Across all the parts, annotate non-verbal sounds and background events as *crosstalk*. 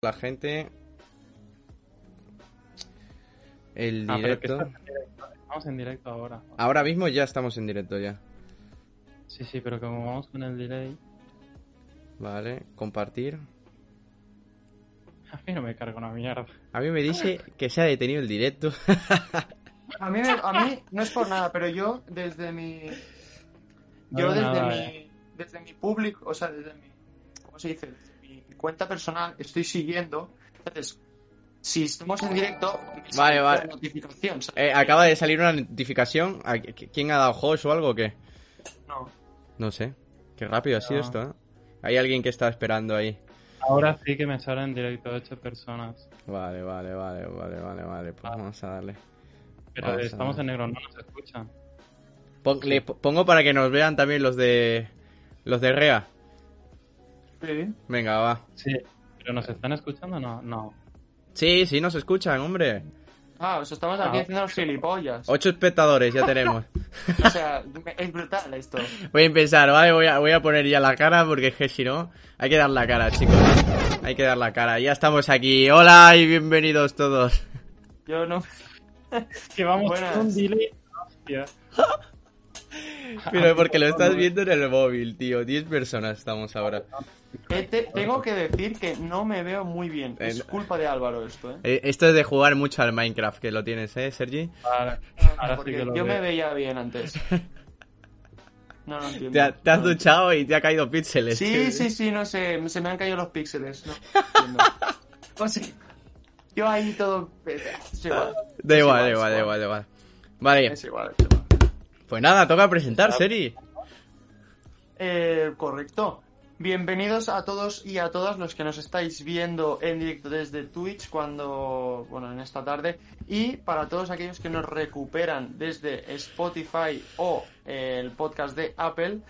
la gente el Ah, pero que directo. estás en directo. Estamos en directo ahora. Ahora mismo ya estamos en directo ya. Sí, sí, pero como vamos con el delay, *laughs* Vale, compartir. a mí no me carga una mierda. A mí me dice que se ha detenido el directo. *laughs* A mí, me- a mí no es por nada, pero yo desde mi. No Yo veo desde nada, eh. mi. Desde mi público, o sea, desde mi. ¿Cómo se dice? Desde mi cuenta personal estoy siguiendo. Entonces, si estamos en directo, me sale la vale. notificación, ¿sabes? Eh, acaba de salir una notificación. ¿A qui- ¿Quién ha dado host o algo o qué? Eh. No. No sé. Qué rápido ha sido No. esto, ¿eh? Hay alguien que está esperando ahí. Ahora sí que me salen en directo ocho personas. Vale, vale, vale, vale, vale, vale. Ah. Pues vamos a darle. Pero Vamos a estamos ver. en negro, no nos escuchan. Pon- le po- pongo para que nos vean también los de. Los de Rea. Sí. Venga, va. Sí. ¿Pero Eh. nos están escuchando? No, no. Sí, sí, nos escuchan, hombre. Ah, o sea, estamos aquí Ah. haciendo los gilipollas. Ocho espectadores ya tenemos. O sea, me- es brutal esto. Voy a empezar, ¿vale? Voy a, voy a poner ya la cara porque es que si no, hay que dar la cara, chicos. Hay que dar la cara. Ya estamos aquí. Hola y bienvenidos todos. Yo no. Que vamos Buenas. con un delay. Hostia. Pero porque lo estás viendo en el móvil, tío. 10 personas estamos ahora. Eh, te- tengo que decir que no me veo muy bien. Eh, Es El- culpa de Álvaro esto, ¿eh? Eh, Esto es de jugar mucho al Minecraft, que lo tienes, ¿eh, Sergi? Ahora, ahora sí Porque que lo yo me veo. veía *laughs* bien antes. No, no entiendo. Te, ha- te has No duchado y te ha caído píxeles. Sí, tío. sí, sí, no sé, se me han caído los píxeles. *laughs* No, entiendo. o sea, yo ahí todo. Es igual. Da es igual, da es igual, da igual, da igual. Vale, Es igual, es igual. pues nada, toca presentar, Sergi. Eh, correcto. Bienvenidos a todos y a todas los que nos estáis viendo en directo desde Twitch cuando, bueno, en esta tarde. Y para todos aquellos que nos recuperan desde Spotify o eh, el podcast de Apple,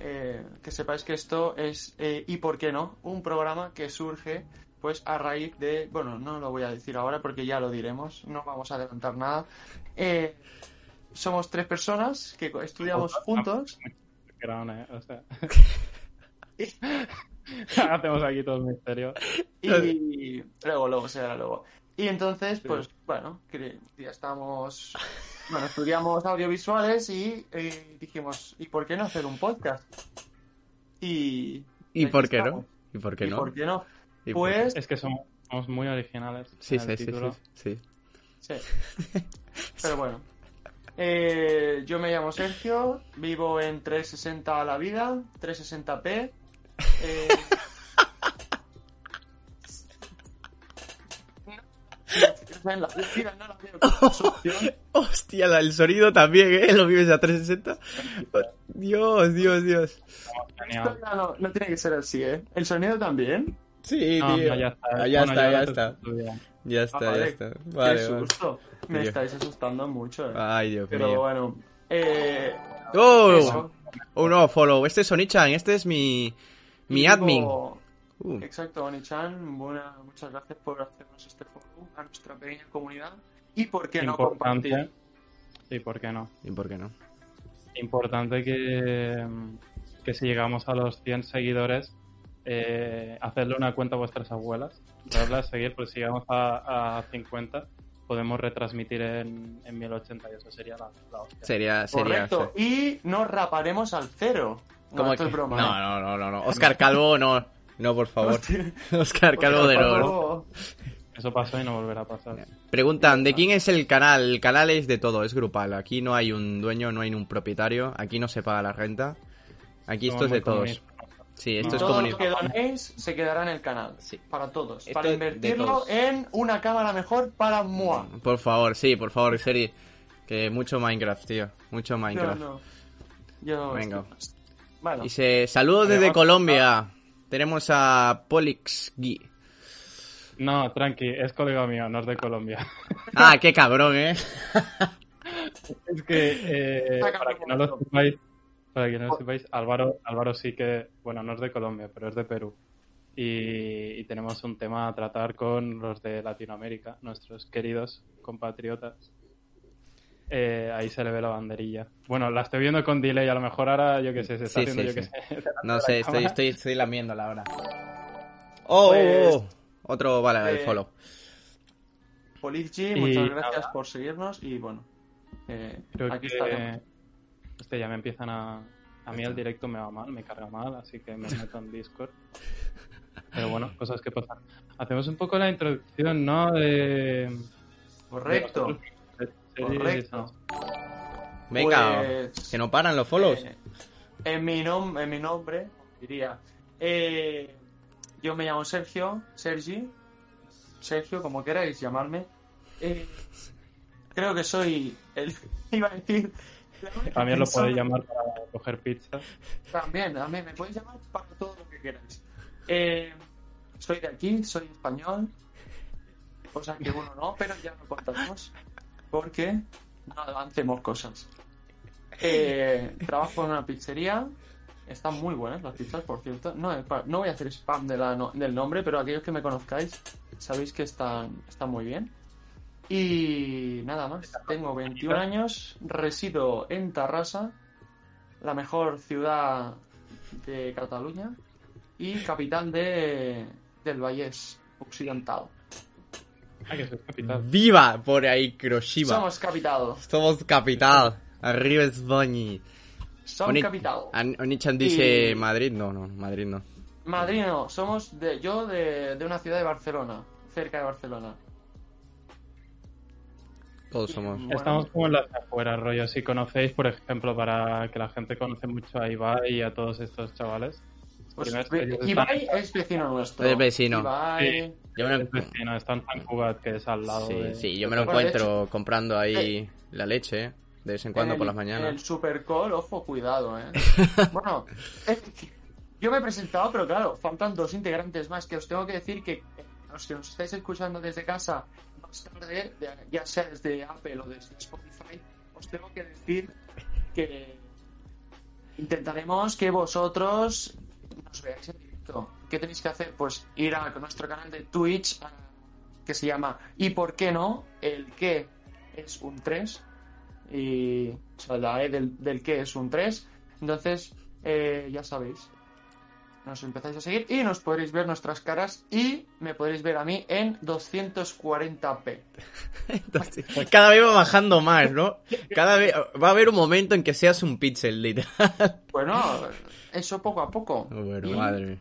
eh, que sepáis que esto es, eh, y por qué no, un programa que surge pues a raíz de, bueno, no lo voy a decir ahora porque ya lo diremos, no vamos a adelantar nada. Eh, somos tres personas que co- estudiamos juntos. Background, eh, o *laughs* sea. Hacemos aquí todo el misterio. Y luego, luego será luego. Y entonces, pues bueno, cre- ya estamos. Bueno, estudiamos audiovisuales y eh, dijimos, ¿y por qué no hacer un podcast? Y. ¿Y aquí por qué estamos. no? ¿Y por qué ¿Y no? por qué no? ¿Y por qué? Pues. Es que somos, somos muy originales. Sí, en el sí, sí, título. sí, sí. Sí. Pero bueno. Eh, yo me llamo Sergio, vivo en 360 a la vida, 360p. eh, *laughs* no, en la vida no la veo como solución. Hostia, la- el sonido también, ¿eh? Lo vives a 360. Dios, Dios, Dios. Esto Genial. ya no, no tiene que ser así, ¿eh? El sonido también. Sí, No, tío. no, ya está. Ah, ya Bueno, está, yo ya no te está. escucho bien. Ya está, Ah, vale. ya está. Vale, Qué vale. susto. Me Tío. estáis asustando mucho, ¿eh? Ay, Dios Pero mío. bueno. Eh, ¡Oh! eso. Un nuevo follow. Este es Onichan, este es mi. Mi Digo, admin. Uh, Exacto, Oni-chan, buena- muchas gracias por hacernos este follow a nuestra pequeña comunidad y por qué no Importante. compartir. Sí, ¿por qué no? ¿Y por qué no? Importante que, mm, que si llegamos a los 100 seguidores, eh, hacerle una cuenta a vuestras abuelas, darle a seguir, pues si llegamos a, a 50, podemos retransmitir en, en 1080 y eso sería la, la hostia. Sería, sería. Correcto, y nos raparemos al cero. No, ¿Cómo esto que- es broma. No, ¿eh? no, no, no, no. Oscar Calvo, no. No, por *laughs* favor. *laughs* Hostia, Oscar Calvo de por nuevo. favor. Eso pasó y no volverá a pasar. Preguntan, ¿de quién es el canal? El canal es de todo, es grupal. Aquí no hay un dueño, no hay un propietario. Aquí no se paga la renta. Aquí esto Somos es de muy todos. comunistas. Sí, esto No. es Todo lo comunismo. que donéis se quedará en el canal. Sí. Para todos. Esto para de invertirlo todos. en una cámara mejor para MOA. Por favor, sí, por favor, Seri. Que mucho Minecraft, tío. Mucho No, Minecraft. no. Yo. Venga. Bueno, Dice, saludos desde Además- Colombia. Tenemos a Polix Gui. No, tranqui, es colega mío, no es de Colombia. Ah, qué cabrón, ¿eh? Es que, eh, Saca para un que no lo momento. sepáis, para que no lo sepáis, Álvaro, Álvaro sí que, bueno, no es de Colombia, pero es de Perú. Y, y tenemos un tema a tratar con los de Latinoamérica, nuestros queridos compatriotas. Eh, ahí se le ve la banderilla. Bueno, la estoy viendo con delay, a lo mejor ahora, yo qué sé, se está Sí, haciendo, sí, yo qué sí. sé. delante de No la sé, estoy, cámara. estoy, estoy lamiéndola ahora. Oh, oh, oh. Otro, vale, el Pues, Eh, follow. Polizzi, Y muchas nada. gracias por seguirnos y bueno, eh, Creo aquí que estaremos. hostia, ya me empiezan a. A mí el directo me va mal, me carga mal, así que me meto en Discord. Pero bueno, cosas que pasan. Hacemos un poco la introducción, ¿no? De. Correcto. de series, Correcto. Venga, Pues, que no paran los follows. eh, en, mi nom- en mi nombre, diría. eh, yo me llamo Sergio, Sergi, Sergio, como queráis llamarme. Eh, creo que soy el. *laughs* Iba a decir. la única También lo persona- podéis llamar para coger pizza. También, también, me podéis llamar para todo lo que queráis. Eh, soy de aquí, soy español. Cosa que uno no, pero ya lo contamos. Porque no avancemos cosas. Eh, trabajo en una pizzería. Están muy buenas las pizzas, por cierto. No, es pa- no voy a hacer spam de la no- del nombre, pero aquellos que me conozcáis sabéis que están, están muy bien. Y nada más. Tengo 21 años, resido en Tarrasa, la mejor ciudad de Cataluña y capital de, del Vallés Occidental. Ah, que sois capital. Viva por ahí, Hiroshima. Somos, Somos capital. capital. Arriba España. Somos Oni- capital. An- Onichan dice Y- Madrid. No, no, Madrid no. Madrid no, somos de, yo de, de una ciudad de Barcelona, cerca de Barcelona. Todos somos. Bueno. Estamos como en las afueras, rollo. Si conocéis, por ejemplo, para que la gente conoce mucho a Ibai y a todos estos chavales. Pues, Primero, ve- ellos están- Ibai es vecino nuestro. Es vecino. Ibai- Yo me lo Es encu- vecino, está en San Cugat, que es al lado. sí, de- sí, yo me lo Bueno, de encuentro comprando ahí la leche eh, de vez en cuando en por el- las En el mañanas. Supercall, ojo, cuidado, *laughs* eh. bueno, es que yo me he presentado, pero claro, faltan dos integrantes más que os tengo que decir que eh, los que nos estáis escuchando desde casa más tarde, de- ya sea desde Apple o desde Spotify, os tengo que decir que intentaremos que vosotros nos veáis en directo. ¿Qué tenéis que hacer? Pues ir a nuestro canal de Twitch a- que se llama ¿Y por qué no? El que es un 3 y o sea, la E del, del que es un 3. Entonces, eh, ya sabéis, nos empezáis a seguir y nos podréis ver nuestras caras y me podréis ver a mí en 240p. *laughs* Entonces, cada vez va bajando más, ¿no? Cada vez va a haber un momento en que seas un pixel, literal. Bueno, eso poco a poco. Bueno, Y, madre mía.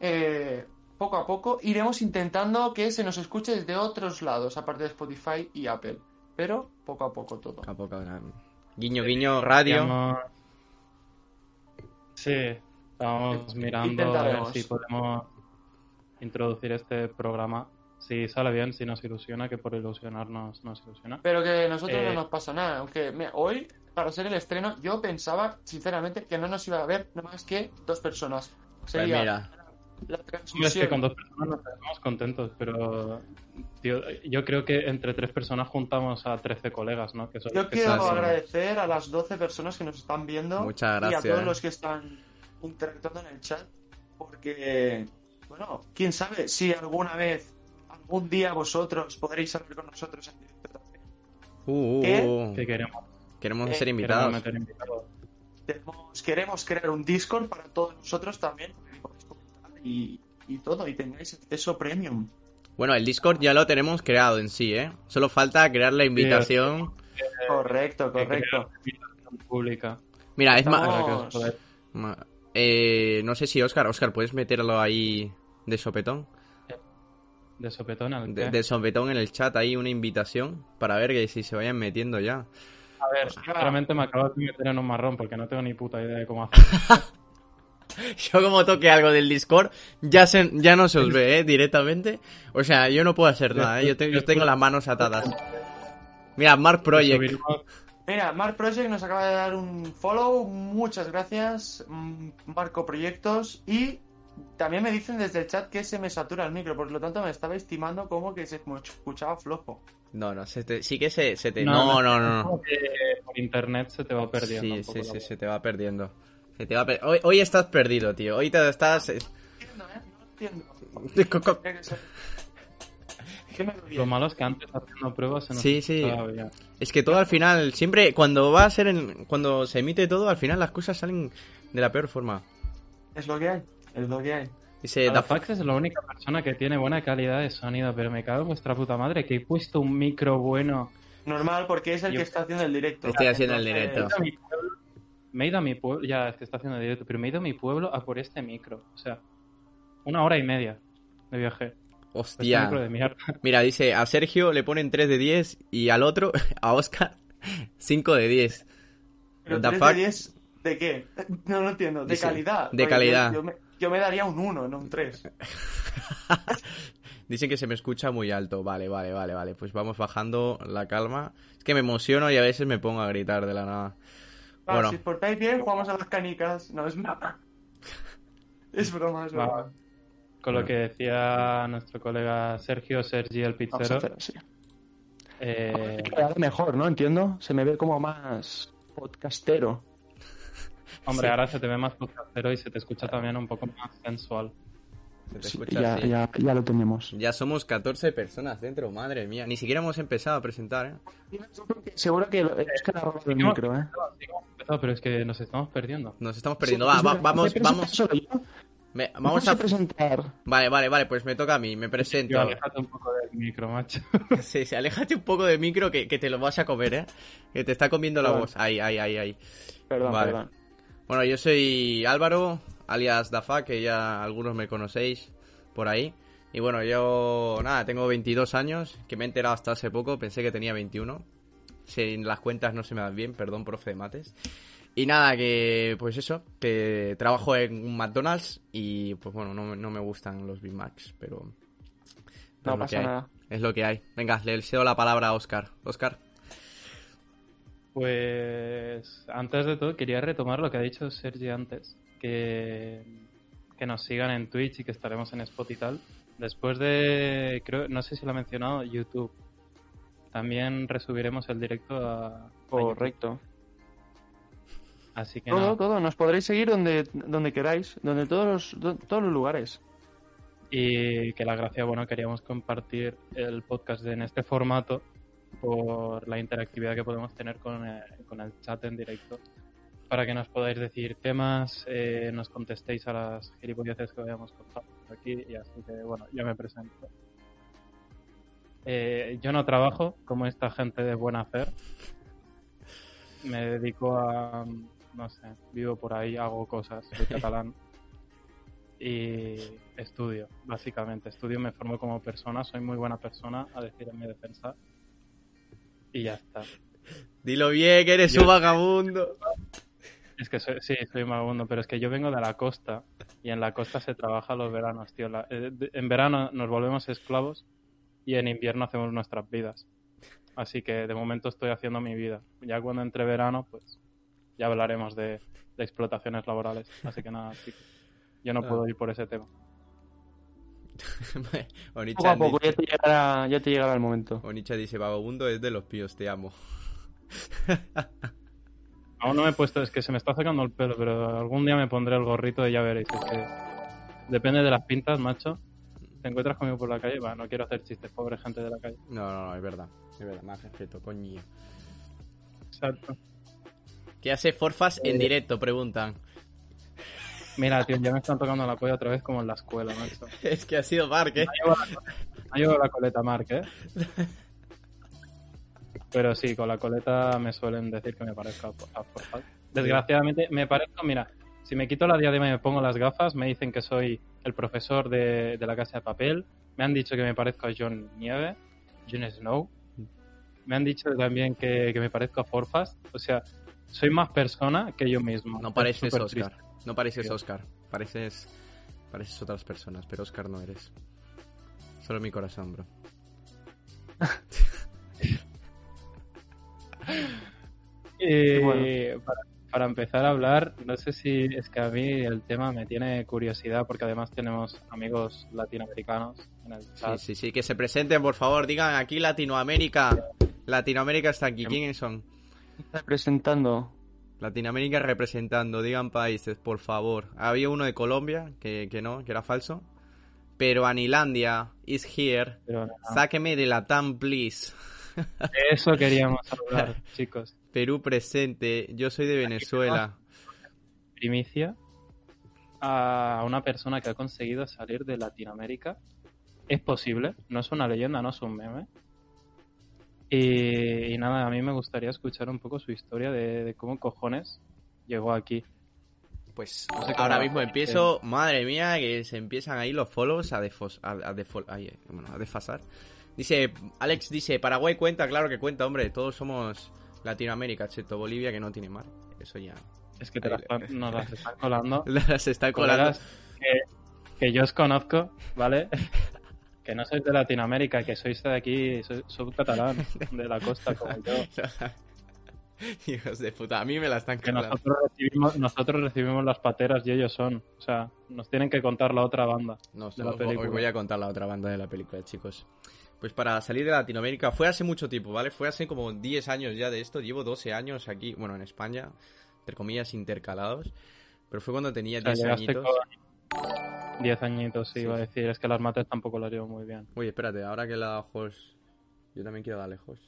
eh, poco a poco iremos intentando que se nos escuche desde otros lados, aparte de Spotify y Apple. Pero poco a poco todo. A poco, a- Guiño, guiño, radio. Digamos- Sí, estábamos mirando a ver Intentaremos. si podemos introducir este programa. Si sale bien, si nos ilusiona, que por ilusionarnos nos ilusiona. Pero que a nosotros Eh. no nos pasa nada. Aunque mira, hoy, para ser el estreno, yo pensaba, sinceramente, que no nos iba a ver nada más que dos personas. Pues Sería mira, la Tío, es que con transmisión. dos personas nos quedamos contentos, pero tío, yo creo que entre tres personas juntamos a 13 colegas, ¿no? Que son Yo los que quiero están- agradecer a las 12 personas que nos están viendo Muchas y a gracias, todos eh. los que están interactuando en el chat. Porque, bueno, quién sabe si alguna vez, algún día vosotros podréis hablar con nosotros en directo. también. uh, uh, ¿Qué? uh, que queremos, queremos Eh, ser queremos invitados. meter invitados. Tenemos- queremos crear un Discord para todos nosotros también. para que podáis comentar Y, y todo, y tengáis acceso premium. Bueno, el Discord ya lo tenemos creado en sí, ¿eh? Solo falta crear la invitación. Eh, Correcto, que correcto. crear invitación pública Mira, es más... Estamos- para que os podáis- Ma- Eh, no sé si Oscar, Oscar, ¿puedes meterlo ahí de sopetón? de sopetón al De, qué? de sopetón en el chat, ahí una invitación para ver que si se vayan metiendo ya. *laughs* A ver, Ostras. claramente me acabas de meter en un marrón porque no tengo ni puta idea de cómo hacer. Yo como toque algo del Discord, ya, se- ya no se os ve, ¿eh? Directamente. O sea, yo no puedo hacer nada, ¿eh? Yo, te- yo tengo las manos atadas. Mira, Mark Project. Subiremos- Mira, Mark Project nos acaba de dar un follow. Muchas gracias, mm, Marco Proyectos. Y también me dicen desde el chat que se me satura el micro, por lo tanto me estaba estimando como que se me escuchaba flojo. No, no, se te- sí que se, se te... No, No, no, no. no. como que por internet se te va perdiendo. Sí, un poco sí, la sí, voz. se te va perdiendo. Se te va per- hoy, hoy estás perdido, tío. Hoy te estás... *laughs* No entiendo, ¿eh? No entiendo. Tiene *laughs* que ser- Que me lo Lo diga. malo es que antes haciendo pruebas se nos Sí, sí. escuchaba bien. Es que todo al final, siempre, cuando va a ser en, cuando se emite todo, al final las cosas salen de la peor forma. Es lo que hay, es lo que hay. Dice, Eh, "Da fuck". Fax es la única persona que tiene buena calidad de sonido, pero me cago en vuestra puta madre que he puesto un micro bueno. Normal, porque es el Yo- que está haciendo el directo. Estoy haciendo el Me he Entonces, directo. ido a mi pueblo- me he ido a mi pueblo, ya es que está haciendo directo, pero me he ido a mi pueblo a por este micro. O sea, una hora y media de viaje. Este Hostia. micro de mierda. *laughs* Mira, dice, a Sergio le ponen 3 de 10 y al otro, *laughs* a Oscar, 5 de 10. Pero What the tres fuck? de 10, ¿de qué? *laughs* No lo entiendo. De Dice, calidad. de Porque calidad. Yo, yo me, yo me daría un 1, no un *laughs* 3. Dicen que se me escucha muy alto. Vale, vale, vale, vale. Pues vamos bajando la calma. Es que me emociono y a veces me pongo a gritar de la nada. Bueno. Si os portáis bien, jugamos a las canicas. No, es nada. *laughs* Es broma, es Va. broma. Con Mm. lo que decía nuestro colega Sergio, Sergi el Vamos pizzero, a hacer así. eh, mejor, ¿no? Entiendo. Se me ve como más podcastero. hombre, ahora se te ve más podcastero y se te escucha también un poco más sensual. Se te Sí, escucha ya, así. ya- ya lo tenemos. Ya somos 14 personas dentro, madre mía. Ni siquiera hemos empezado a presentar, ¿eh? Seguro que lo- es que le ha robado el No. micro, ¿eh? No, sí, hemos empezado, pero es que nos estamos perdiendo. Nos estamos perdiendo. Sí, pues Va, es va- verdad, vamos, ¿me vamos. presento solo yo? Me- ¿Me vamos *laughs* vas a... presentar. Vale, vale, vale. Pues me toca a mí. Me presento. Yo, aléjate un poco del micro, macho. *laughs* *laughs* Sí, sí, aléjate un poco de micro que, que te lo vas a comer, ¿eh? Que te está comiendo la Vale. voz. Ahí, ahí, ahí, ahí. Perdón, Vale. perdón. Bueno, yo soy Álvaro, alias Dafa, que ya algunos me conocéis por ahí. Y bueno, yo, nada, tengo 22 años, que me he enterado hasta hace poco, pensé que tenía 21. Si las cuentas no se me dan bien, perdón, profe de mates. Y nada, que pues eso, que trabajo en un McDonald's y pues bueno, no, me- no me gustan los Big Macs, pero... pero No es lo que pasa hay. nada. Es lo que hay. Venga, le cedo la palabra a Oscar. Oscar. Pues antes de todo quería retomar lo que ha dicho Sergi antes, que, que nos sigan en Twitch y que estaremos en Spot y tal. Después de, creo, no sé si lo ha mencionado, YouTube. También resubiremos el directo a, a YouTube. Correcto. Así que Todo, nada. todo. Nos podréis seguir donde, donde queráis, donde todos los, do- todos los lugares. y que la gracia, bueno, queríamos compartir el podcast en este formato por la interactividad que podemos tener con, eh, con el chat en directo para que nos podáis decir temas, eh, nos contestéis a las gilipolleces que vayamos contando aquí y así que, bueno, yo me presento. Eh, yo no trabajo como esta gente de buen hacer. Me dedico a, mm, no sé, vivo por ahí, hago cosas, soy catalán y estudio, básicamente. Estudio, me formo como persona, soy muy buena persona, a decir en mi defensa. Y ya está. Dilo bien, que eres Yo- un vagabundo. *laughs* Es que soy, sí, soy un vagabundo, pero es que yo vengo de la costa y en la costa se trabaja los veranos, tío. La- eh, de- en verano nos volvemos esclavos y en invierno hacemos nuestras vidas. Así que de momento estoy haciendo mi vida. Ya cuando entre verano, pues ya hablaremos de, de explotaciones laborales. Así que nada, chicos, yo no Ah. puedo ir por ese tema. Onichan Poco a poco dice- ya te llegará, ya te llegará el momento. Onicha dice, vagabundo es de los píos, te amo. Aún no me he puesto, es que se me está sacando el pelo, pero algún día me pondré el gorrito y ya veréis. Es que depende de las pintas, macho. Te encuentras conmigo por la calle, va, no quiero hacer chistes, pobre gente de la calle. No, no, no, es verdad. Es verdad, más respeto, coño. Exacto. ¿Qué hace Forfas en directo? Preguntan. Mira, tío, ya me están tocando la polla otra vez como en la escuela, macho. *laughs* Es que ha sido Mark, ¿eh? No llevo la coleta Mark, ¿eh? Pero sí, con la coleta me suelen decir que me parezco a por- a Porfal. Desgraciadamente, me parezco, mira, si me quito la diadema y me pongo las gafas, me dicen que soy el profesor de, de la casa de papel. Me han dicho que me parezco a John Nieve, John Snow. Me han dicho también que, que me parezco a Forfast. O sea, soy más persona que yo mismo. No Es pareces súper Oscar. triste. No pareces Tío. Oscar. Pareces. Pareces otras personas, pero Oscar no eres. Solo mi corazón, bro. Eh, Bueno. para, para empezar a hablar, no sé si es que a mí el tema me tiene curiosidad porque además tenemos amigos latinoamericanos en el Sí, chat. sí, sí. Que se presenten, por favor. Digan aquí Latinoamérica. Latinoamérica está aquí. ¿Quiénes son? Representando. Latinoamérica representando, digan países, por favor. Había uno de Colombia, que, que no, que era falso. Pero Anilandia is here. Pero nada, Ah. Sáqueme de la TAM, please. de eso queríamos hablar, *laughs* chicos. Perú presente. Yo soy de Venezuela. Primicia. a una persona que ha conseguido salir de Latinoamérica. Es posible, no es una leyenda, no es un meme. Y, y nada, a mí me gustaría escuchar un poco su historia de, de cómo cojones llegó aquí. Pues No sé cómo ahora va. mismo empiezo, madre mía, que se empiezan ahí los follows a, desfos- a, a defol- ay, eh, bueno, a desfasar. Dice, Alex dice, Paraguay cuenta, claro que cuenta, hombre, todos somos Latinoamérica, excepto Bolivia, que no tiene mar. Eso ya. *laughs* Es que te las están- nos las están colando. Se está colando. Colegas que, que yo os conozco, ¿vale? *laughs* Que no sois de Latinoamérica, que sois de aquí, sois, soy catalán, de la costa como yo. *laughs* Hijos de puta, a mí me la están Que colando. nosotros recibimos, nosotros recibimos las pateras y ellos son. O sea, nos tienen que contar la otra banda. No, os, de la os- película. os voy a contar la otra banda de la película, chicos. Pues para salir de Latinoamérica, fue hace mucho tiempo, ¿vale? Fue hace como 10 años ya de esto, llevo 12 años aquí, bueno, en España, entre comillas, intercalados. Pero fue cuando tenía O sea, 10 llegaste añitos. con 10 añitos, sí, Sí, iba a sí. decir. Es que las mates tampoco las llevo muy bien. Oye, espérate, ahora que la Jos... Yo también quiero darle Jos.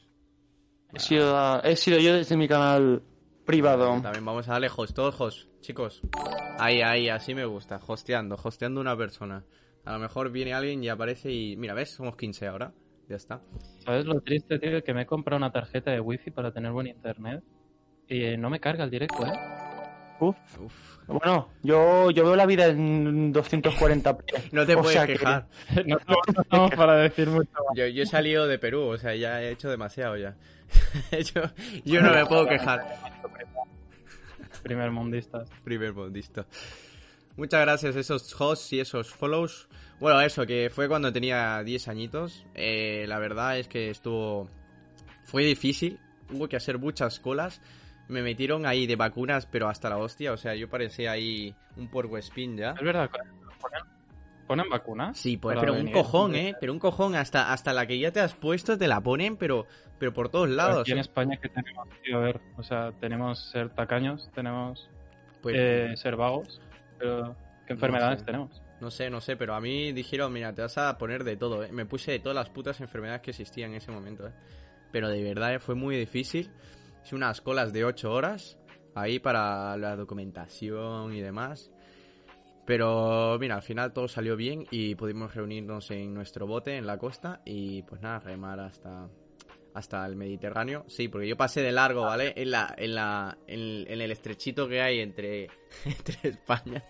He sido, he sido yo desde mi canal privado. También vamos a darle Jos, todos Jos, chicos. Ahí, ahí, así me gusta, hosteando, hosteando una persona. A lo mejor viene alguien y aparece y... Mira, ¿ves? Somos 15 ahora. Ya está. ¿Sabes lo triste, tío? Que me he comprado una tarjeta de wifi para tener buen internet. Y eh, no me carga el directo, ¿eh? *laughs* Uf. Uf. Bueno, yo, yo veo la vida en *laughs* 240p. No te O puedes sea que- quejar. No estamos- no estamos para decir mucho Yo, yo he salido de Perú, o sea, ya he hecho demasiado ya. *laughs* yo, yo no me puedo quejar. primer mundistas. Primer mundista. Muchas gracias a esos hosts y esos follows. Bueno, eso, que fue cuando tenía 10 añitos. Eh, la verdad es que estuvo... Fue difícil, hubo que hacer muchas colas. Me metieron ahí de vacunas, pero hasta la hostia. O sea, yo parecía ahí un porco spin ya. Es verdad, ponen, ponen vacunas. Sí, pues, Para pero un venir. cojón, ¿eh? Pero un cojón, hasta, hasta la que ya te has puesto te la ponen, pero, pero por todos lados. Aquí en España que tenemos, tío, a ver, o sea, tenemos ser tacaños, tenemos Pues- eh, ser vagos, pero ¿qué enfermedades sé. tenemos? No sé, no sé, pero a mí dijeron, mira, te vas a poner de todo, ¿eh". Me puse de todas las putas enfermedades que existían en ese momento, ¿eh? Pero de verdad ¿eh? fue muy difícil. Hice unas colas de 8 horas ahí para la documentación y demás. Pero mira, al final todo salió bien y pudimos reunirnos en nuestro bote en la costa y pues nada, remar hasta hasta el Mediterráneo. Sí, porque yo pasé de largo, ¿vale? En la en la en, en el estrechito que hay entre *laughs* entre España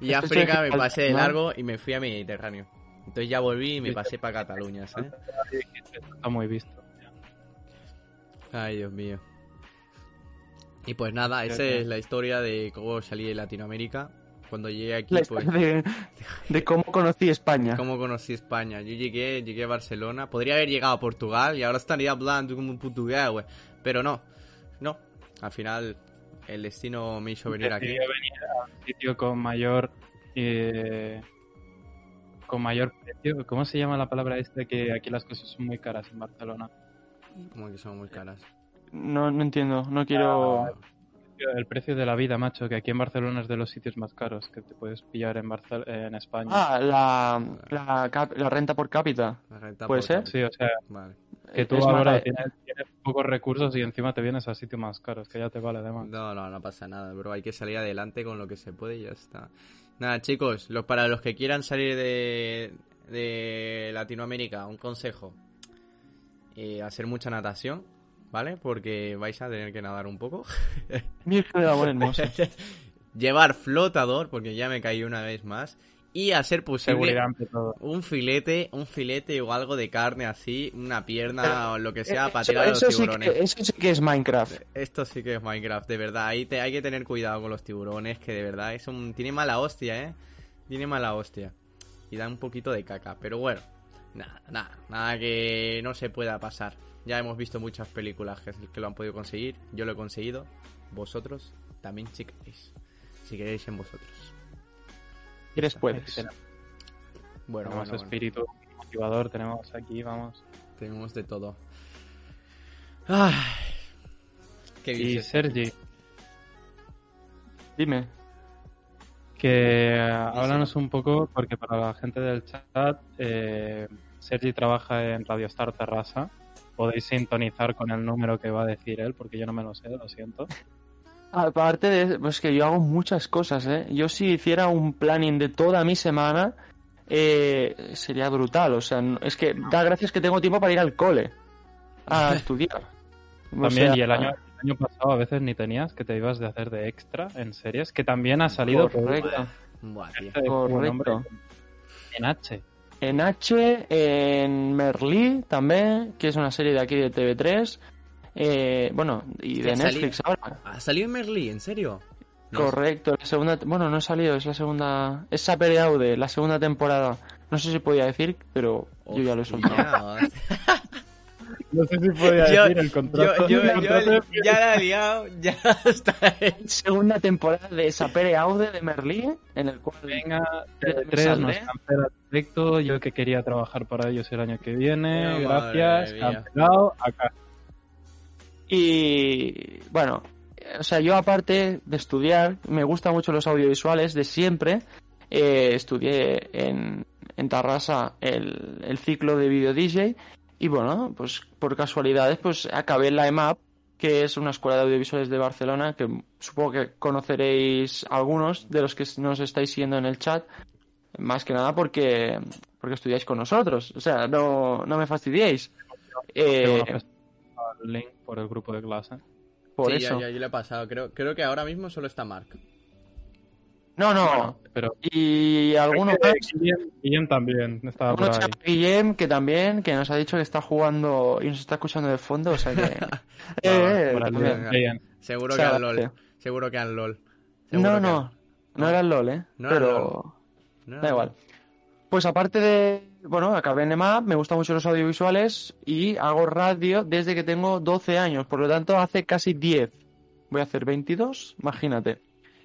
y Estrecho de África me pasé de Gibraltar. largo y me fui a Mediterráneo. Entonces ya volví y me pasé para Cataluña, ¿sí? Está muy visto. Ay, Dios mío. Y pues nada, esa Cierto. es la historia de cómo salí de Latinoamérica. Cuando llegué aquí, *laughs* La pues, historia de, de cómo conocí España. cómo conocí España. Yo llegué, llegué a Barcelona. Podría haber llegado a Portugal y ahora estaría hablando como un portugués, güey. Pero no, no. Al final, el destino me hizo venir aquí. Decidí venir a un sitio con mayor... eh, con mayor precio. ¿Cómo se llama la palabra esta? Que aquí las cosas son muy caras en Barcelona. Como que son muy caras. No, no entiendo, Ah, no quiero... Tío, El precio de la vida, macho, que aquí en Barcelona es de los sitios más caros que te puedes pillar en, Barcel- en España. Ah, la, la, cap- la renta por cápita. La renta ¿Puede por ser? cápita. Sí, o sea, Vale. que tú Es más, ahora eh, tienes, tienes pocos recursos y encima te vienes a sitios más caros, que ya te vale además. No, no, no pasa nada, bro. Hay que salir adelante con lo que se puede y ya está. Nada, chicos, los, para los que quieran salir de, de Latinoamérica, un consejo. Eh, hacer mucha natación, ¿vale? Porque vais a tener que nadar un poco. *laughs* *laughs* Virgen del amor hermoso. Llevar flotador, porque ya me caí una vez más. Y hacer posible Seguridad ante todo. un filete, un filete o algo de carne así, una pierna o lo que sea, para Eh, Eso- tirar a los eso, sí tiburones. que, eso sí que es Minecraft. Esto sí que es Minecraft, de verdad. Ahí te, hay que tener cuidado con los tiburones, que de verdad es un, tiene mala hostia, ¿eh? Tiene mala hostia. Y da un poquito de caca, pero bueno. Nada, nada, nada que no se pueda pasar. Ya hemos visto muchas películas que, que lo han podido conseguir. Yo lo he conseguido. Vosotros también, chicas. Si queréis en vosotros. Quieres Aquí puedes. tenemos Bueno, bueno, bueno. espíritu motivador, tenemos aquí, vamos. tenemos de todo. Ay, ¿Qué Y dices? Sergi, Dime. que eh, háblanos un poco, porque para la gente del chat, eh, Sergi trabaja en Radio Star Terrassa. Podéis sintonizar con el número que va a decir él, porque yo no me lo sé, lo siento. Aparte de, pues que yo hago muchas cosas, ¿eh? Yo si hiciera un planning de toda mi semana, eh, sería brutal. O sea, no- es que da gracias que tengo tiempo para ir al cole, *laughs* a estudiar. O También, sea, ah. y el año, el año pasado a veces ni tenías, que te ibas de hacer de extra en series, que también ha salido por Correcto, Buah, tío. este de Buen correcto. Hombre en H. En H, en Merlí también, que es una serie de aquí de TV3. eh, bueno, y Hostia, de ha Netflix ahora. ¿Ha salido Ah, en Merlí? ¿En serio? No, Correcto, la segunda. Bueno, no ha salido, es la segunda. Es Saper Aude, la segunda temporada. No sé si podía decir, pero yo ya lo he hostia, soltado. *laughs* hostia. No sé si podía Yo- decir el contrato. Yo, yo- yo- ya la he liado, ya está hecho. Segunda temporada de Sapere Aude de Merlí, en el cual Venga, Saldré. TV3 nos cancela el proyecto. Yo que quería trabajar para ellos el año que viene. Eh, madre Gracias, mía. Eh, cancelado. Acá. Y bueno, o sea, yo aparte de estudiar, me gustan mucho los audiovisuales de siempre. Eh, estudié en, en Tarrasa el, el ciclo de video DJ y bueno, pues por casualidades pues acabé en la EMAP, que es una escuela de audiovisuales de Barcelona que supongo que conoceréis algunos de los que nos estáis siguiendo en el chat, más que nada porque, porque estudiáis con nosotros, o sea, no, no me fastidiéis. Tengo Eh, una presión al link por el grupo de clase. por sí, eso. Ya, ya, yo le he pasado. Creo, creo que ahora mismo solo está Mark. No, no, Pero Y alguno más, Guillem, Guillem también estaba alguno por ahí. chaval, Guillem, que también, que nos ha dicho que está jugando y nos está escuchando de fondo, o sea que... Eh, eh, Por el también. bien. Guillem. Seguro O que sea, al LOL. gracias. Seguro que al LOL. Seguro No, que- no, no era el LOL, ¿eh? No era Pero... el LOL. No, Da igual. Pues aparte de, bueno, acabé en EMAP, me gustan mucho los audiovisuales y hago radio desde que tengo 12 años, por lo tanto hace casi 10. Voy a hacer 22, imagínate.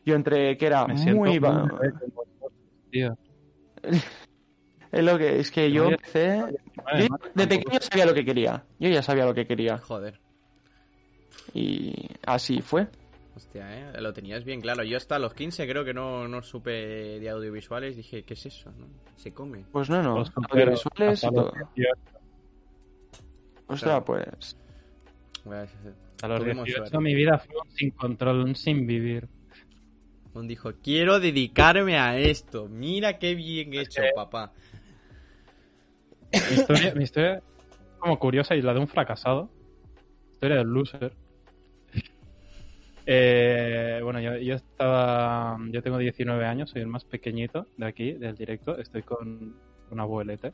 Yo entre que era Me siento muy... ba- Tío. Es lo que, es que yo Oye, empecé... Madre Yo mía, de tampoco- pequeño sabía lo que quería. Yo ya sabía lo que quería. Joder. Y así fue. Hostia, ¿eh? Lo tenías bien claro. Yo hasta los 15 creo que no, no supe de audiovisuales. Dije, ¿qué es eso? no? Se come. Pues no, no. los solteros, Audiovisuales y hasta los todo. 18, Ostras, pues. Pues, A los Tuvimos 18 suerte. mi vida fue un sin control, un sin vivir. Un dijo, quiero dedicarme a esto. Mira qué bien hecho, Eh, papá. Mi historia, mi historia es como curiosa y la de un fracasado. Historia del loser. Eh, bueno, yo, yo estaba. Yo tengo 19 años, soy el más pequeñito de aquí, del directo. Estoy con una abueleta.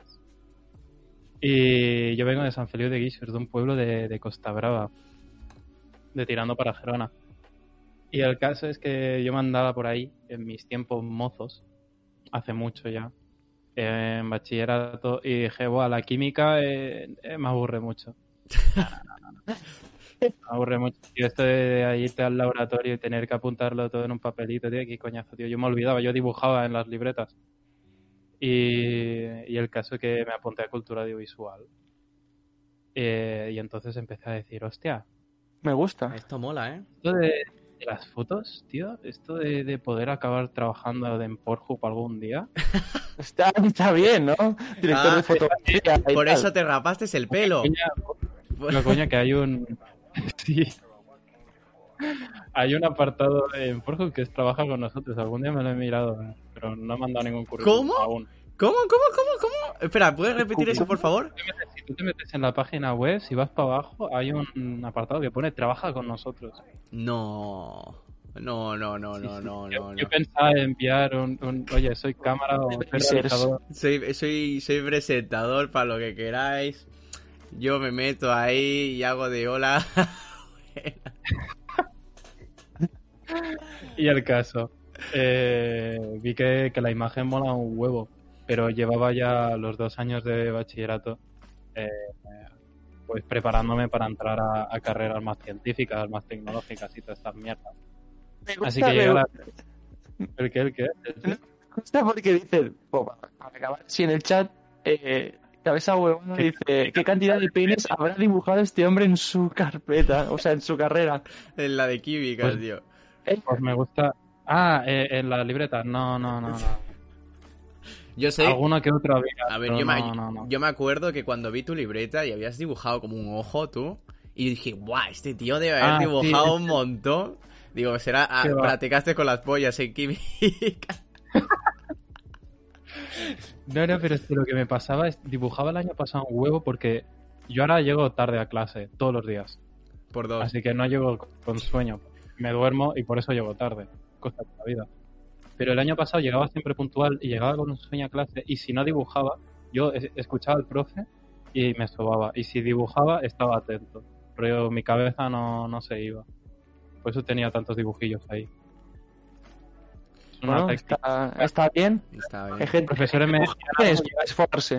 Y yo vengo de San Feliu de Guixers, de un pueblo de, de Costa Brava, de tirando para Gerona. Y el caso es que yo me andaba por ahí en mis tiempos mozos, hace mucho ya, en bachillerato y dije, "Buah, la química eh, eh, me aburre mucho. me aburre mucho. Tío, esto de ahí irte al laboratorio y tener que apuntarlo todo en un papelito, tío, qué coñazo, tío. Yo me olvidaba, yo dibujaba en las libretas. Y, y el caso es que me apunté a cultura audiovisual. Eh, y entonces empecé a decir, hostia, Me gusta. Esto mola, ¿eh? esto de, de las fotos, tío, esto de, de poder acabar trabajando en Pornhub algún día. Está, está bien, ¿no? Director Ah, de fotografía. y Por tal. eso te rapaste el pelo. Coña, Una coña que hay un. *laughs* Sí. Hay un apartado en Pornhub que es trabaja con nosotros. Algún día me lo he mirado, pero no he mandado ningún currículum ¿Cómo? aún. ¿Cómo, cómo, cómo, cómo? Espera, ¿puedes repetir eso, por favor? Si tú te metes en la página web, si vas para abajo, hay un apartado que pone trabaja con nosotros. No. No, no, no, no, no, yo, no. yo no. pensaba en enviar un, un, Oye, soy cámara o soy Freelancers. realizador. Soy, soy, soy presentador para lo que queráis. Yo me meto ahí y hago de hola. *laughs* Y el caso. eh, vi que, que la imagen mola un huevo, pero llevaba ya los dos años de bachillerato eh, pues preparándome para entrar a, a carreras más científicas, más tecnológicas y todas estas mierdas. Me gusta, Así que me llegué a la... gusta. ¿Eh? ¿El qué? ¿El qué? Me gusta porque dicen. oh, para acabar, si en el chat. eh, cabeza huevona dice: ¿Qué cantidad de penes habrá dibujado este hombre en su carpeta? O sea, en su carrera. En la de químicas, Pues- tío. Pues me gusta... Ah, eh, en la libreta. No, no, no. no. Yo sé. Alguna que otra había, A ver, pero yo, me, no, no, no. yo me acuerdo que cuando vi tu libreta y habías dibujado como un ojo tú, y dije, ¡buah! Este tío debe haber Ah, sí, dibujado es- un montón. Digo, será. ah, Qué va. practicaste con las pollas en química. *laughs* No, no, pero es que lo que me pasaba es dibujaba el año pasado un huevo porque yo ahora llego tarde a clase todos los días, Por dos. así que no llego con sueño. Me duermo y por eso llego tarde, cosa de la vida. Pero el año pasado llegaba siempre puntual y llegaba con un sueño a clase y si no dibujaba, yo es- escuchaba al profe y me sobaba. Y si dibujaba, estaba atento. Pero mi cabeza no, no se iba. Por eso tenía tantos dibujillos ahí. Es una Bueno, técnica. está, está bien. Está bien. Hay gente Profesores me, que es esforzarse.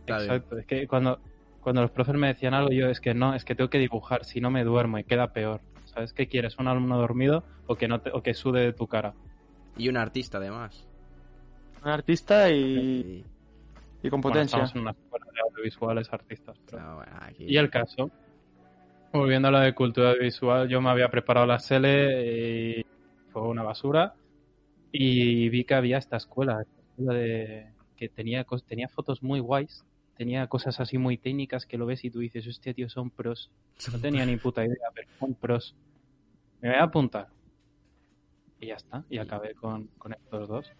Está bien. Exacto, es que cuando, cuando los profes me decían algo, yo es que no, es que tengo que dibujar, si no me duermo y queda peor. ¿Sabes qué quieres? ¿Un alumno dormido o que, no te- o que sude de tu cara? Y un artista, además. Un artista y, Y- y con Bueno, potencia. estamos en una escuela de audiovisuales artistas. pero- no, bueno, aquí- Y el caso, volviendo a lo de cultura visual, yo me había preparado la SELE y fue una basura. Y vi que había esta escuela, esta escuela de- que tenía, cos- tenía fotos muy guays, tenía cosas así muy técnicas que lo ves y tú dices, hostia, tío, son pros. No tenía ni puta idea, pero son pros. Me voy a apuntar. Y ya está, y acabé con, con estos dos.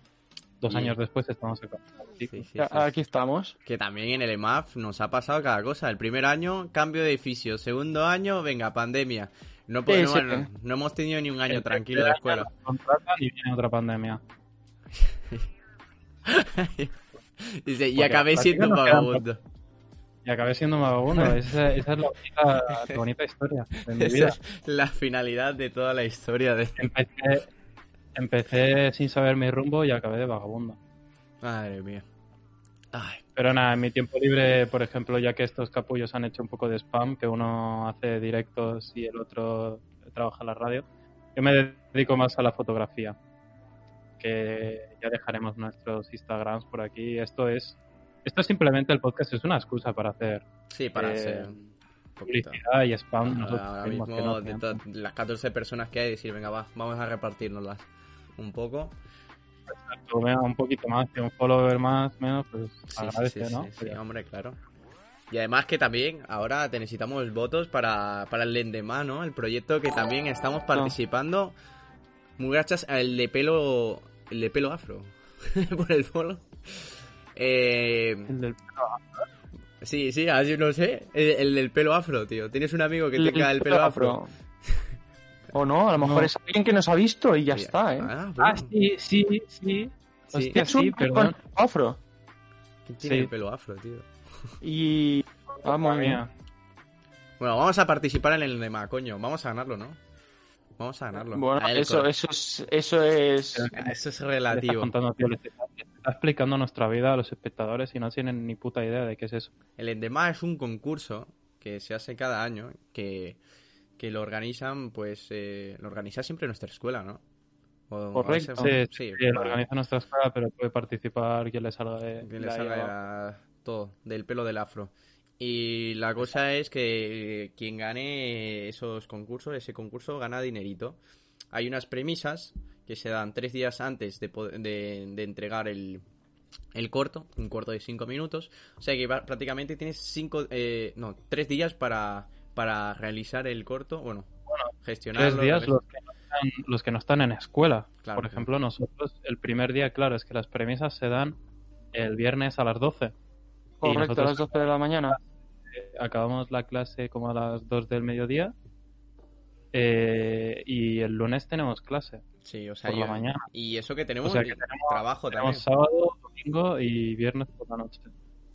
Dos Y- años después estamos en Sí, sí, sí. Ya, Aquí estamos. Que también en el EMAF nos ha pasado cada cosa. El primer año, cambio de edificio. Segundo año, venga, pandemia. No, po- Sí, no, sí. no- no hemos tenido ni un año El tranquilo tercer de año escuela. *laughs* Contratan y viene otra pandemia. Dice, y Porque acabé las siendo un prácticas nos quedan vagabundo. Y acabé siendo vagabundo. Esa, esa es la bonita, la bonita historia *laughs* de mi Esa vida. es la finalidad de toda la historia de... Empecé, empecé sin saber mi rumbo y acabé de vagabundo. Madre mía. Ay, Pero nada, en mi tiempo libre, por ejemplo, ya que estos capullos han hecho un poco de spam, que uno hace directos y el otro trabaja en la radio, yo me dedico más a la fotografía. Que ya dejaremos nuestros Instagrams por aquí. Esto es. Esto es simplemente el podcast, es una excusa para hacer sí, para Eh, ser un poquito. publicidad y spam. nosotros Ah, Ahora mismos, mismo, que no de hacemos. todas las 14 personas que hay, decir, venga, va, vamos a repartirnoslas un poco. Exacto, vea, un poquito más, que un follower más, menos, pues Sí, sí, agradece, sí, ¿no? sí, sí, hombre, claro. Y además que también ahora te necesitamos votos para, para el Lendemá, ¿no? El proyecto que también estamos participando. Muy gracias al de pelo, el de pelo afro. *laughs* por el follow. Eh, El del- sí, sí, así no sé. El, el del pelo afro, tío. Tienes un amigo que tenga el pelo afro. O no, a lo mejor No. es alguien que nos ha visto y ya Mira. está, ¿eh? Ah, bueno. Ah, sí, sí, sí. Sí. Hostia, ¿Quién Es un sí, perdón. afro. tiene sí. el pelo afro, tío? Y. ah, Vamos, Madre mía. Bueno, vamos a participar en el Lendemá, coño. Vamos a ganarlo, ¿no? Vamos a ganarlo. Bueno, A él, eso, cor- eso es. Eso es... *laughs* Eso es Le estás relativo. contando, tío, le estás- le estás explicando nuestra vida a los espectadores y no tienen ni puta idea de qué es eso. El Endemá es un concurso que se hace cada año, que, que lo organizan, pues, eh, lo organiza siempre nuestra escuela, ¿no? O- o Correcto. ese- Sí, sí, Sí, lo vale. organiza nuestra escuela, pero puede participar quien le salga de. Que le la salga de llama. la- todo, del pelo del afro. Y la cosa es que quien gane esos concursos, ese concurso gana dinerito. Hay unas premisas que se dan tres días antes de, po- de- de entregar el, el corto, un corto de cinco minutos. O sea que va- prácticamente tienes cinco, eh, no, tres días para, para realizar el corto, bueno, gestionarlo. Tres días los que, no están, los que no están en escuela. Claro. Por ejemplo, nosotros, el primer día, claro, es que las premisas se dan el viernes a las 12. Y Correcto, a nosotros- las 12 de la mañana. acabamos la clase como a las 2 del mediodía eh, y el lunes tenemos clase. Sí, o sea, por la yo- mañana. y eso que tenemos, O sea que eh, tenemos- trabajo también. Tenemos sábado, domingo y viernes por la noche.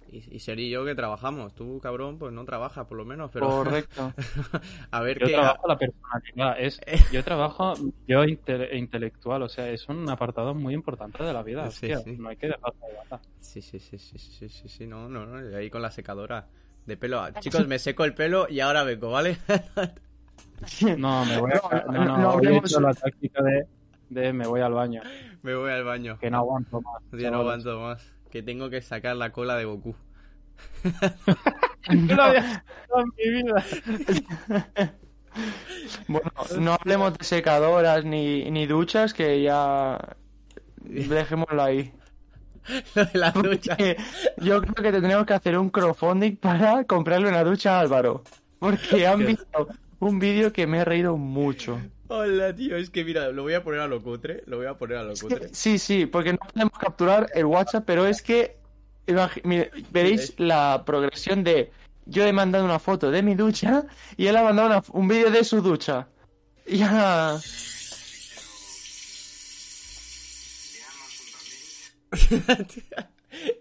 Y, y Seri y yo que trabajamos. Tú, cabrón, pues no trabajas, por lo menos. *laughs* Pero Correcto. *laughs* a ver Yo qué. trabajo la personalidad, es, *laughs* yo trabajo yo inte- e intelectual, o sea, es un apartado muy importante de la vida, Sí, hostia, sí. no hay que dejarlo de lado. Sí, sí, sí, sí, sí, sí, sí, no, no, no. y Ahí con la secadora de pelo. Ah, Chicos, me seco el pelo y ahora vengo, ¿vale? *laughs* No, me voy a, no, No, no, no, no hoy he hablemos- hecho la táctica de, de me voy al baño, me voy al baño. que no aguanto más. *laughs* Ya no chavales. aguanto más. Que tengo que sacar la cola de Goku. *laughs* *laughs* Yo lo había hecho en mi vida. Bueno, no hablemos de secadoras ni, ni duchas, que ya. *laughs* Dejémoslo ahí. Lo de *laughs* la ducha. Eh, Yo creo que tendremos que hacer un crowdfunding para comprarle una ducha a Álvaro. Porque han visto un vídeo que me he reído mucho. Hola, tío, es que mira, lo voy a poner a lo cutre, lo voy a poner a lo Es que- cutre. sí, sí, porque no podemos capturar el WhatsApp, pero es que imagi- mire, veréis la progresión de yo he mandado una foto de mi ducha y él ha mandado una- un vídeo de su ducha. *laughs* Y Ya. *laughs*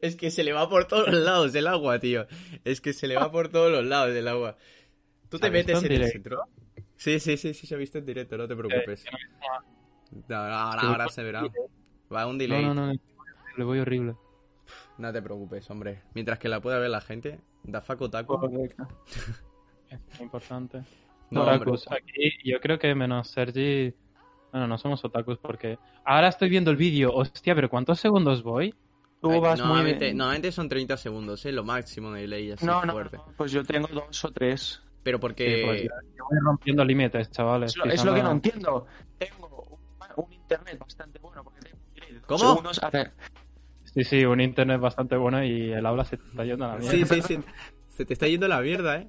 es que se le va por todos los lados el agua, tío. Es que se le va por todos los lados el agua. Tú ¿Se te ha visto metes en en el directo? centro. Sí, sí, sí, sí, se ha visto en directo, no te preocupes. No, no, ahora, Sí, ahora se verá. Va un delay. No, No, no, no. Le voy horrible. te preocupes, hombre. Mientras que la pueda ver la gente, da faco taco. Es importante. No, hombre. otakus. Aquí yo creo que menos Sergi. Bueno, no somos otakus porque. Ahora estoy viendo el vídeo. Hostia, pero ¿cuántos segundos voy? Tú Ay, vas muy normalmente, bien. normalmente son 30 segundos, es lo máximo de delay así no, no, fuerte. no, pues yo tengo dos o tres. Pero porque Sí, pues yo, yo voy rompiendo límites, chavales. Es lo, es lo que no Pisando- entiendo. Tengo un, un internet bastante bueno porque tengo un delay de dos ¿Cómo? segundos hace- Sí, sí, un internet bastante bueno y el habla se está yendo a la mierda. Sí, sí, sí. Se te está yendo la mierda, ¿eh?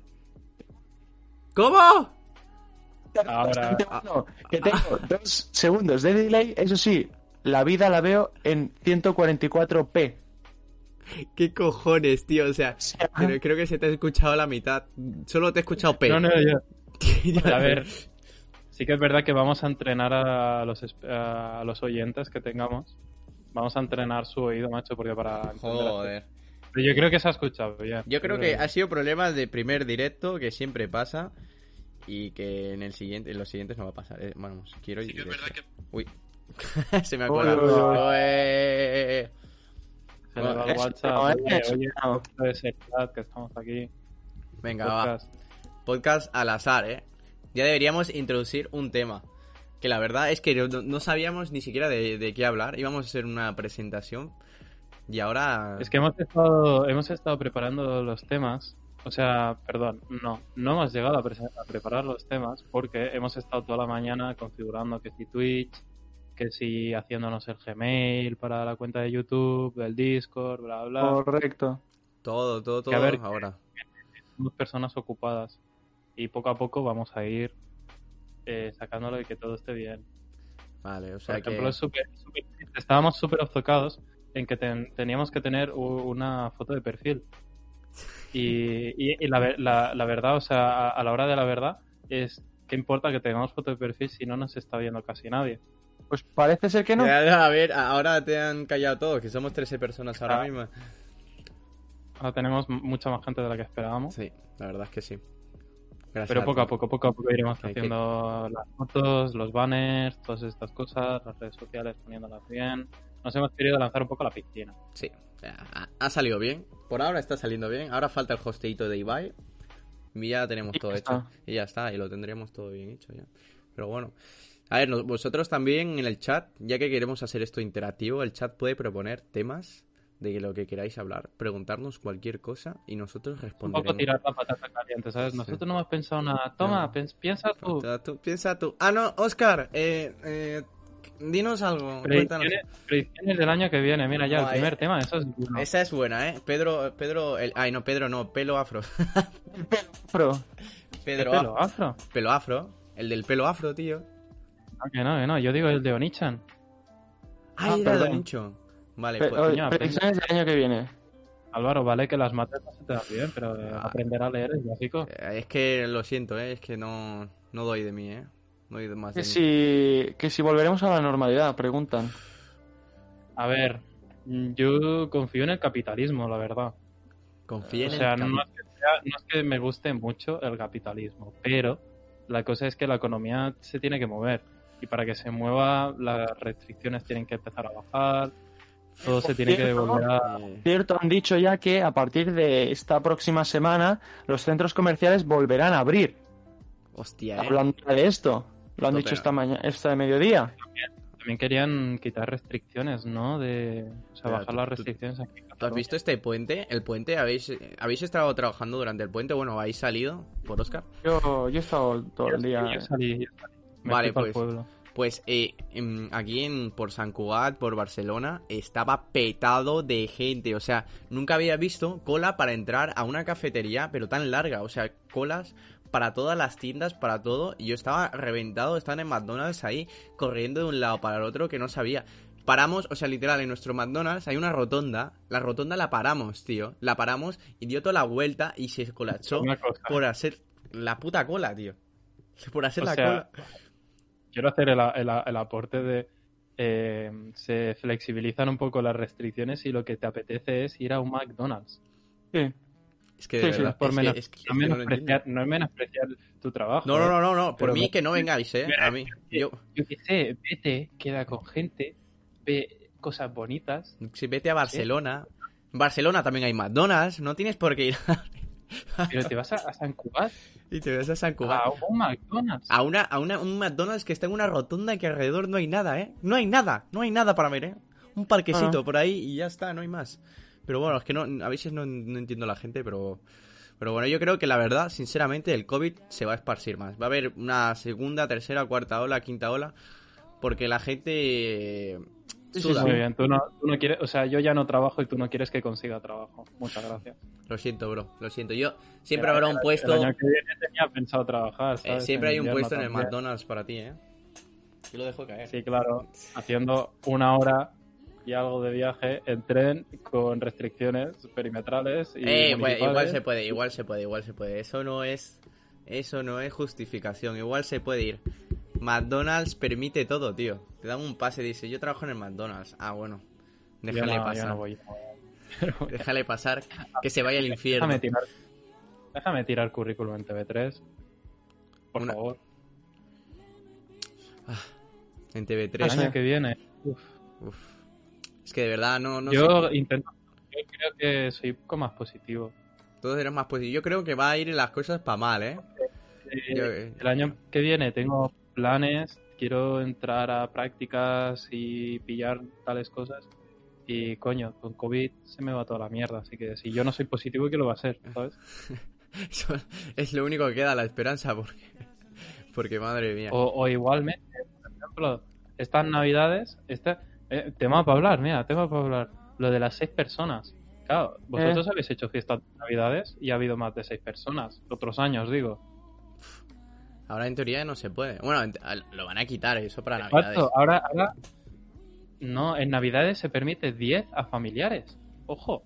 ¿Cómo? Ahora- bastante bueno, que tengo dos segundos de delay, eso sí, la vida la veo en 144p. ¿Qué cojones, tío? O sea, sea- creo, creo que se te ha escuchado la mitad. Solo te he escuchado P. Ah. No, no, yo- *laughs* Tío, *laughs* A ver, sí que es verdad que vamos a entrenar a los, esp- a los oyentes que tengamos. Vamos a entrenar su oído, macho, porque para... entender- Joder. Pero yo creo que se ha escuchado ya. Yo creo que ha sido problema de primer directo que siempre pasa y que en el siguiente, en los siguientes no va a pasar. Eh, Bueno, quiero ir. Uy. *laughs* se me ha Uy, colado. uy, uy. Ué. Se le va el Eso, WhatsApp. eh, Oye, eso, oye, no. esto es el chat que estamos aquí. Venga, va. podcast. podcast al azar, ¿eh? Ya deberíamos introducir un tema. Que la verdad es que no, no sabíamos ni siquiera de, de qué hablar. Íbamos a hacer una presentación. Y ahora. Es que hemos estado, hemos estado preparando los temas. O sea, perdón, no, no hemos llegado a, prese- a preparar los temas porque hemos estado toda la mañana configurando que si Twitch, que si haciéndonos el Gmail para la cuenta de YouTube, el Discord, bla, bla. bla. Correcto. Todo, todo, todo. Que a ver- ahora. Somos personas ocupadas y poco a poco vamos a ir eh, sacándolo y que todo esté bien. Vale, o sea Por ejemplo, que. es súper- súper triste. estábamos súper obcecados en que ten- teníamos que tener u- una foto de perfil. *laughs* Y, y- y la, ver- la- la verdad, o sea, a, a la hora de la verdad, es que importa que tengamos foto de perfil si no nos está viendo casi nadie. Pues parece ser que no. Ya, a ver, ahora te han callado todos, que somos 13 personas ahora Ah. mismo. Ahora tenemos m- mucha más gente de la que esperábamos. Sí, la verdad es que sí. Gracias Pero poco a ti. poco, poco a poco iremos Hay que- haciendo las fotos, los banners, todas estas cosas, las redes sociales poniéndolas bien. Nos hemos querido lanzar un poco a la piscina. Sí, ha, ha salido bien. Por ahora está saliendo bien. Ahora falta el hosteito de Ibai. Y ya tenemos Y todo ya hecho. está. Y ya está, y lo tendremos todo bien hecho ya. Pero bueno. A ver, nos- vosotros también en el chat, ya que queremos hacer esto interactivo, el chat puede proponer temas de lo que queráis hablar, preguntarnos cualquier cosa y nosotros Un poco responderemos. tirar la patata caliente, ¿sabes? Sí. Nosotros no hemos pensado nada. Toma, No. pens- piensa tú. Tú- Pues tú- piensa tú. Ah, no, Oscar, eh, eh, dinos algo. Cuéntanos. Predicciones, predicciones del año que viene. Mira, ya No, el primer eh, tema, eso es bueno. Esa es buena, ¿eh? Pedro, Pedro, el- ay, no, Pedro, no, pelo afro. *laughs* Pero, Pedro, ¿Qué afro. pelo afro? pelo afro, el del pelo afro, tío. No, Ah, que no, que no. Yo digo el de Onichan. Ah, Ah, era perdón. Donincho. Vale, pe- pues. oye, oye, coño, predicciones del año que viene. Álvaro, vale que las mates no se te dan bien, pero eh, Ah. aprender a leer es básico. eh, Es que lo siento, ¿eh? Es que no, no doy de mí, ¿eh? No doy más de Que mí. si, que si volveremos a la normalidad, preguntan. A ver, mm, yo confío en el capitalismo, la verdad. Confía o en el sea, cambio. no es, que sea- no es que me guste mucho el capitalismo, pero la cosa es que la economía se tiene que mover. Y para que se mueva, las restricciones tienen que empezar a bajar, todo se tiene que Cierto. devolver a, Eh, Cierto, han dicho ya que a partir de esta próxima semana los centros comerciales volverán a abrir. Hostia, ¿eh? Hablando de esto, lo han Tope, dicho ¿no? esta mañana, esta de mediodía. También querían quitar restricciones, ¿no? De, o sea, Pero bajar tú- las tú- restricciones aquí. ¿Tú has visto este puente? El puente, ¿habéis, eh, ¿habéis estado trabajando durante el puente? Bueno, ¿habéis salido por Oscar? Yo, yo he estado todo el día. Yo salí, yo salí. Me Vale, fui pa'l pues. pueblo. Pues eh, em, aquí en, por San Cugat, por Barcelona, estaba petado de gente. O sea, nunca había visto cola para entrar a una cafetería, pero tan larga. O sea, colas para todas las tiendas, para todo. Y yo estaba reventado, estaba en McDonald's ahí, corriendo de un lado para el otro que no sabía. Paramos, o sea, literal, en nuestro McDonald's hay una rotonda. La rotonda la paramos, tío. La paramos y dio toda la vuelta y se *laughs* colachó Una cosa. por hacer la puta cola, tío. Por hacer O la sea, cola. Quiero hacer el, a- el a- el aporte de. eh, se flexibilizan un poco las restricciones y lo que te apetece es ir a un McDonald's. Sí. Es que Sí, de sí, verdad, por es que- menos- es que- es No, que no lo menospreciar- no es menospreciar tu trabajo. No, ¿eh? no, no, no, no. Por Pero mí no- que no vengáis, eh. A mí. Yo. Yo qué sé, vete, queda con gente, ve cosas *laughs* bonitas. Si vete a Barcelona. En Barcelona también hay McDonald's. No tienes por qué ir. *laughs* a- Pero te vas a, a San Cubat, y te vas a San Cugat. a un McDonald's. A una, a una, un McDonald's que está en una rotonda y que alrededor no hay nada, ¿eh? No hay nada, no hay nada para ver, ¿eh? Un parquecito Ah. por ahí y ya está, no hay más. Pero bueno, es que no, a veces no, no entiendo a la gente, pero... Pero bueno, yo creo que la verdad, sinceramente, el COVID se va a esparcir más. Va a haber una segunda, tercera, cuarta ola, quinta ola, porque la gente... eh, Sí, sí, Suda. Muy bien, tú no, tú no quieres, o sea, yo ya no trabajo y tú no quieres que consiga trabajo. Muchas gracias. Lo siento, bro, lo siento. Yo siempre El- habrá un el- puesto... El año que viene tenía pensado trabajar. eh, ¿sabes? siempre En hay un invierno puesto en el también. McDonald's para ti, ¿eh? Yo lo dejo caer. Sí, claro, haciendo una hora y algo de viaje en tren con restricciones perimetrales. Y Eh, pues, municipales. igual se puede, igual se puede, igual se puede. Eso no es, eso no es justificación. Igual se puede ir. McDonald's permite todo, tío. Te dan un pase, dice, yo trabajo en el McDonald's. Ah, bueno. Yo Déjale no- yo pasar. no voy. *laughs* Déjale pasar. Que se vaya al infierno. Déjame tirar, déjame tirar currículum en TV3. Por Una- favor. En El TV3. año que viene. Uf. Uf. Es que de verdad no, no sé. yo intento. Yo creo que soy un poco más positivo. Todos eran más positivos. Yo creo que va a ir las cosas para mal, eh. Eh, Yo- eh, El año que viene tengo planes, quiero entrar a prácticas y pillar tales cosas. Y coño, con COVID se me va toda la mierda. Así que si yo no soy positivo, ¿qué lo va a hacer? ¿Sabes? eso *laughs* es lo único que queda, la esperanza, porque, porque madre mía. O, o igualmente, por ejemplo, estas navidades, esta, eh, tema para hablar, mira, tema para hablar. Lo de las seis personas. Claro, vosotros habéis hecho fiestas de navidades y ha habido más de seis personas. Otros años, digo. Ahora en teoría no se puede. Bueno, en- al- lo van a quitar, eso para navidades. Exacto, ahora, ahora. No, en Navidades se permite 10 a familiares. Ojo.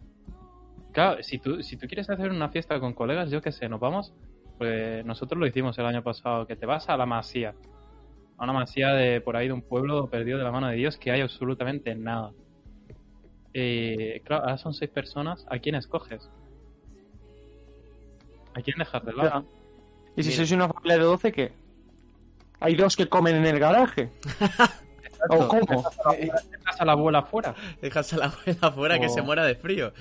Claro, si tú, si tú quieres hacer una fiesta con colegas, yo qué sé, nos vamos. Pues nosotros lo hicimos el año pasado, que te vas a la masía. A una masía de por ahí de un pueblo perdido de la mano de Dios que hay absolutamente nada. Eh, claro, ahora son seis personas. ¿A quién escoges? ¿A quién dejas de lado? ¿Y si Mira. sois una familia de 12, qué? Hay dos que comen en el garaje. ¿O cómo? ¿Dejas a la abuela afuera? Dejas a la abuela afuera que Oh. se muera de frío.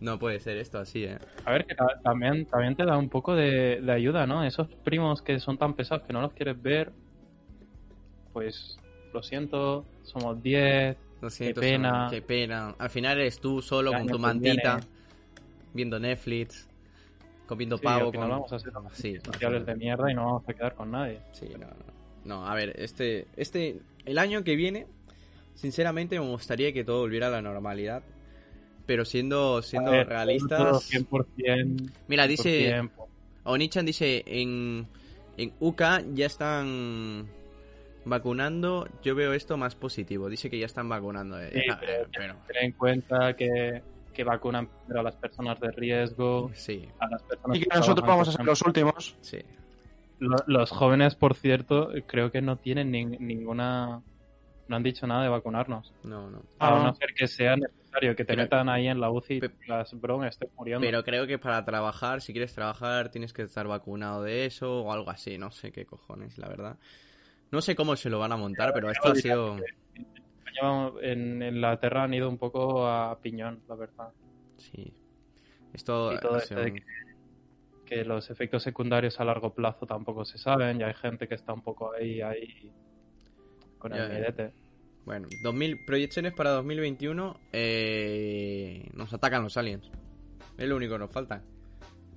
No puede ser esto así, ¿eh? A ver, que ta- también, también te da un poco de, de ayuda, ¿no? Esos primos que son tan pesados que no los quieres ver, pues lo siento, somos 10. Lo siento, Qué pena. Samuel, qué pena. Al final eres tú solo El con año tu que mantita, viene. viendo Netflix, comiendo Sí, pavo. al final con- vamos a hacer unos Sí, sociales de mierda y no vamos a quedar con nadie. sí, no, no. No, a ver, este, este, el año que viene, sinceramente me gustaría que todo volviera a la normalidad. Pero siendo, siendo A ver, todo realistas. 100%. Mira, dice, 100%. Onichan dice, en, en UCA ya están vacunando, yo veo esto más positivo, dice que ya están vacunando. eh. Sí, Ah, pero- pero- Ten en cuenta que, que vacunan primero a las personas de riesgo, sí, a las personas Y que trabajan, nosotros por vamos a ser ejemplo. los últimos. sí. Lo- Los jóvenes, por cierto, creo que no tienen nin- ninguna. No han dicho nada de vacunarnos. No, no. A Ah. no ser que sea necesario que te Pero- metan ahí en la UCI y Pe- las bron estés muriendo. Pero creo que para trabajar, si quieres trabajar, tienes que estar vacunado de eso o algo así, no sé qué cojones, la verdad. No sé cómo se lo van a montar, pero esto ha sido... Llevamos- En Inglaterra han ido un poco a piñón, la verdad. Sí. Esto... Y todo ha esto sido de un- Que los efectos secundarios a largo plazo tampoco se saben y hay gente que está un poco ahí, ahí con Ya, el ya. miedete. Bueno, 2000, proyecciones para 2021. eh, nos atacan los aliens. Es lo único que nos falta.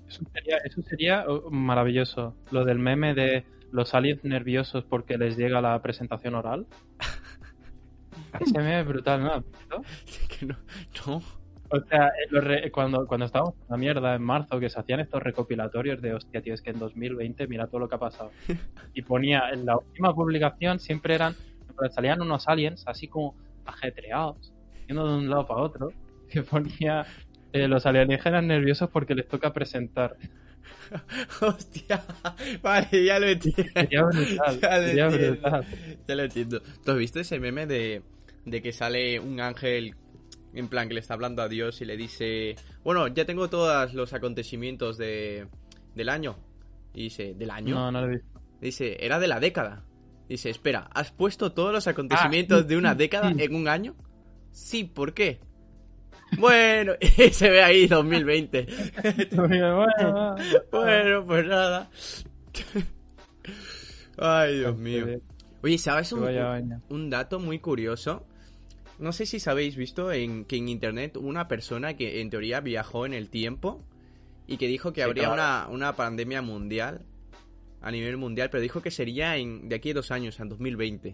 Eso sería, eso sería oh, maravilloso. Lo del meme de los aliens nerviosos porque les llega la *laughs* presentación oral. Ese meme es brutal, ¿no? ¿No? *laughs* Que no, no. O sea, eh, los re- cuando, cuando estábamos en la mierda en marzo, que se hacían estos recopilatorios de hostia, tío, es que en 2020 mira todo lo que *laughs* ha pasado. Y ponía en la última publicación, siempre eran, salían unos aliens así como ajetreados, yendo de un lado para otro, que ponía eh, los alienígenas nerviosos porque les toca presentar. Hostia. Vale, ya lo *laughs* entiendo. *laughs* Sería brutal, Ya lo sería entiendo. brutal. Ya lo entiendo. ¿Tú has visto ese meme de, de que sale un ángel en plan que le está hablando a Dios y le dice, bueno, ya tengo todos los acontecimientos de, del año? Y dice, ¿del año? No, no lo he visto. Dice, era de la década. Dice, espera, ¿has puesto todos los acontecimientos de una década en un año? Sí, ¿por qué? Bueno, *laughs* y se ve ahí 2020. *laughs* Bueno, va. Bueno, pues nada. Ay, Dios mío. Oye, ¿sabes Que un, vaya baña. un dato muy curioso? No sé si sabéis visto en, que en internet hubo una persona que en teoría viajó en el tiempo y que dijo que Sí, habría claro. una, una pandemia mundial, a nivel mundial, pero dijo que sería en, de aquí a dos años, en 2020.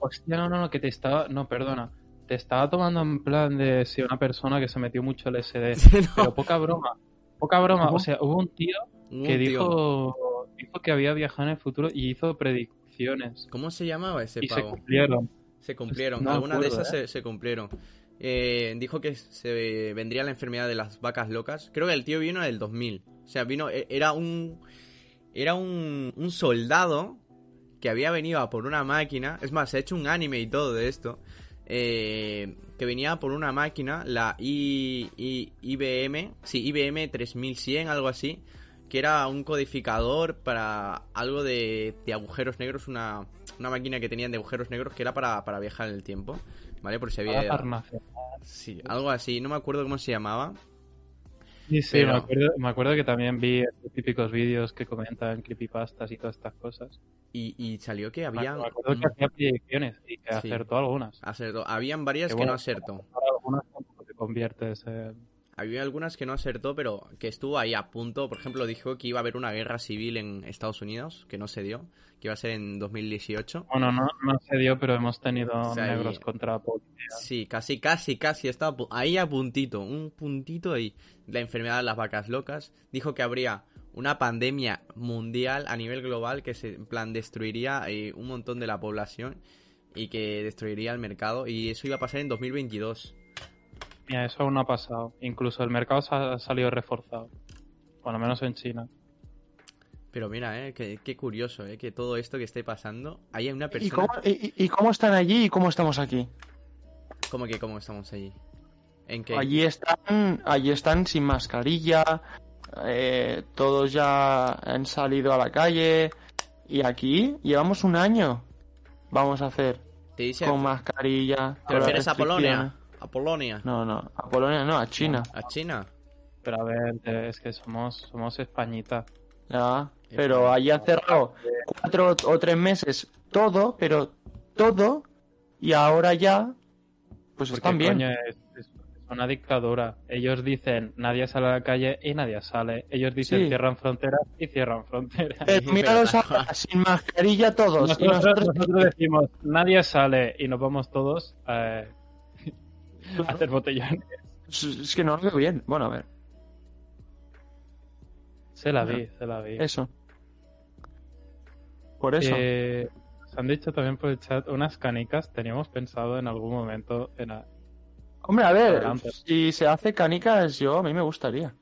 Hostia, no, no, no, que te estaba. No, perdona. Te estaba tomando en plan de si una persona que se metió mucho el SD. *laughs* Pero *laughs* No, poca broma. Poca broma. ¿Cómo? O sea, hubo un tío un que tío. dijo, dijo que había viajado en el futuro y hizo predicciones. ¿Cómo se llamaba ese Y se pavo? cumplieron. Se cumplieron, No me algunas acuerdo, de esas se, se cumplieron. Eh, dijo que se vendría la enfermedad de las vacas locas. Creo que el tío vino en el 2000. O sea, vino, e- era un, era un, un soldado que había venido a por una máquina. Es más, se ha hecho un anime y todo de esto. eh, que venía por una máquina, la I- I- IBM, sí, IBM 3100, algo así. Que era un codificador para algo de, de agujeros negros, una, una máquina que tenían de agujeros negros que era para, para viajar en el tiempo, ¿vale? Por si a la había... farmacia. Sí, algo así, no me acuerdo cómo se llamaba. Sí, sí, Pero- me, acuerdo, me acuerdo que también vi estos típicos vídeos que comentan creepypastas y todas estas cosas. Y, y salió que Ah, Me había... acuerdo que hacía predicciones y que Sí. Ah. acertó algunas. Acertó. Habían varias Qué que no bueno. acertó. Algunas tampoco te conviertes en... Había algunas que no acertó, pero que estuvo ahí a punto. Por ejemplo, dijo que iba a haber una guerra civil en Estados Unidos, que no se dio, que iba a ser en 2018. Bueno, no, no se dio, pero hemos tenido O sea, ahí- negros contra policía. Sí, casi, casi, casi. Estaba pu- ahí a puntito, un puntito ahí. La enfermedad de las vacas locas. Dijo que habría una pandemia mundial a nivel global que se, en plan, destruiría eh, un montón de la población y que destruiría el mercado. Y eso iba a pasar en 2022. Mira, eso aún no ha pasado. Incluso el mercado sa- ha salido reforzado. Bueno, menos en China. Pero mira, eh, qué, qué curioso, eh, que todo esto que esté pasando, ahí hay una persona ¿Y cómo, y- y- y cómo están allí y cómo estamos aquí? como que como estamos allí. En que Allí están, allí están sin mascarilla, eh, todos ya han salido a la calle y aquí llevamos un año. Vamos a hacer te dice con mascarilla. ¿Te con refieres a restricciones. Polonia? A Polonia, No, no, a Polonia no, a China. a China. Pero a ver, eh, es que somos, somos españita. Pues Ya, pero allí han cerrado cuatro o tres meses todo, pero todo, y ahora ya, pues Porque, están bien. coño, es, es- es una dictadura. Ellos dicen nadie sale a la calle y nadie sale. Ellos dicen Sí. cierran fronteras y cierran fronteras. Pero míralos ahora, sin mascarilla todos. y Nosotros, *laughs* nosotros- *laughs* nosotros decimos nadie sale y nos vamos todos *laughs* eh, a hacer botellones. Es es que no lo veo bien. Bueno, a ver, Se la vi, se la vi. eso. Por eso. Eh, nos han dicho también por el chat unas canicas. Teníamos pensado en algún momento en, a- Hombre, a ver, adelante. si se hace canicas, yo a mí me gustaría.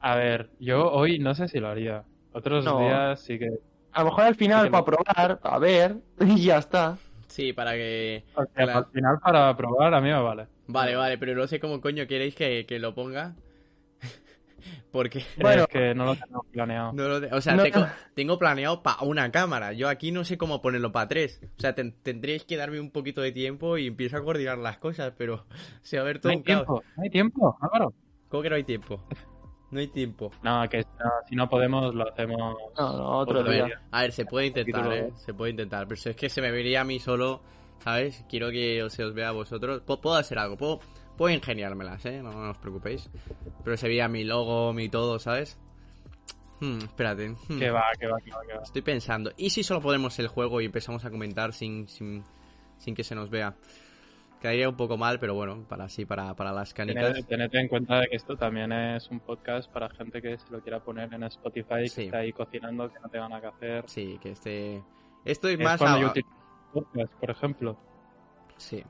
A ver, yo hoy no sé si lo haría. Otros No. días sí que. A lo mejor al final, Sí que para no. probar, a ver, *laughs* y ya está. Sí, para que O sea, Claro. al final para probar a mí me vale. Vale, vale, pero no sé cómo coño queréis que, que lo ponga. *laughs* Porque Bueno. Es que no lo tengo planeado. no lo te- o sea, No. tengo, tengo planeado para una cámara. Yo aquí no sé cómo ponerlo para tres. O sea, ten- tendréis que darme un poquito de tiempo y empiezo a coordinar las cosas, pero *laughs* o sea, a ver No todo hay un caos. tiempo, no hay tiempo, Álvaro. ¿Cómo que no hay tiempo? No hay tiempo. No, que no, si no podemos, lo hacemos. No, no, otro Otro A ver, día. a ver, se puede intentar, Capítulo ¿eh? dos. Se puede intentar, pero si es que se me vería a mí solo, ¿sabes? Quiero que se os vea a vosotros. Pu- puedo hacer algo, puedo, puedo ingeniármelas, ¿eh? No, no os preocupéis. Pero se veía mi logo, mi todo, ¿sabes? Hmm, espérate. Hmm. Que va, que va, que va, que va. Estoy pensando. ¿Y si solo ponemos el juego y empezamos a comentar sin, sin, sin que se nos vea? Quedaría un poco mal, pero bueno, para así, para, para las canitas. Tened, tened en cuenta de que esto también es un podcast para gente que se lo quiera poner en Spotify, que Sí. está ahí cocinando, que no tenga nada que hacer. Sí, que esté. Esto es Es más. cuando a- yo utilizo podcast, por ejemplo. Sí.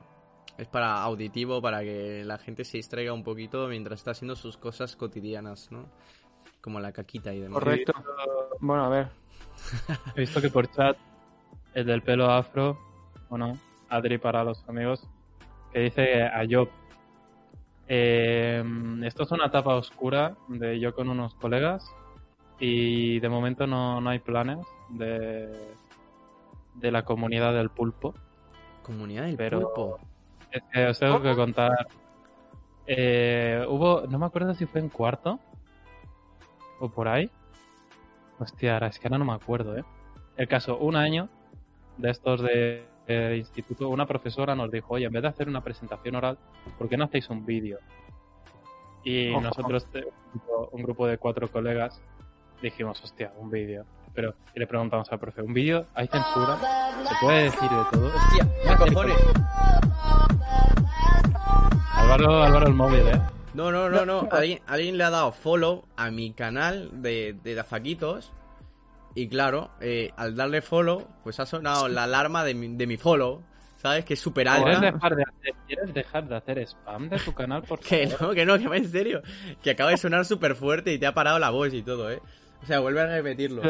Es para auditivo, para que la gente se distraiga un poquito mientras está haciendo sus cosas cotidianas, ¿no? Como la caquita y demás. Correcto. Bueno, a ver. He visto que por chat el del pelo afro, bueno, Adri para los amigos, que dice a Job. eh, esto es una etapa oscura de yo con unos colegas y de momento no, no hay planes de, de la comunidad del pulpo. Comunidad del Pero- pulpo. Es que os tengo que contar. Eh, hubo, no me acuerdo si fue en cuarto o por ahí. Hostia, ahora es que ahora no me acuerdo, ¿eh? El caso, un año de estos de, de instituto, una profesora nos dijo, oye, en vez de hacer una presentación oral, ¿por qué no hacéis un vídeo? Y Ojo. nosotros, te- un grupo- un grupo de cuatro colegas, dijimos, hostia, un vídeo. Pero y le preguntamos al profe, ¿un vídeo? ¿Hay censura? ¿Se puede decir de todo? Hostia, ¡ah, cojones! Álvaro, Álvaro el móvil, ¿eh? No, no, no, no. Alguien, alguien le ha dado follow a mi canal de, de Dafaquitos. Y claro, eh, al darle follow, pues ha sonado la alarma de mi, de mi follow. ¿Sabes? Que es súper ¿Quieres alta. dejar, de hacer, quieres dejar de hacer spam de tu canal, por *laughs* favor? Que no, que no, que va en serio. Que acaba de sonar súper fuerte y te ha parado la voz y todo, ¿eh? O sea, vuelve a repetirlo.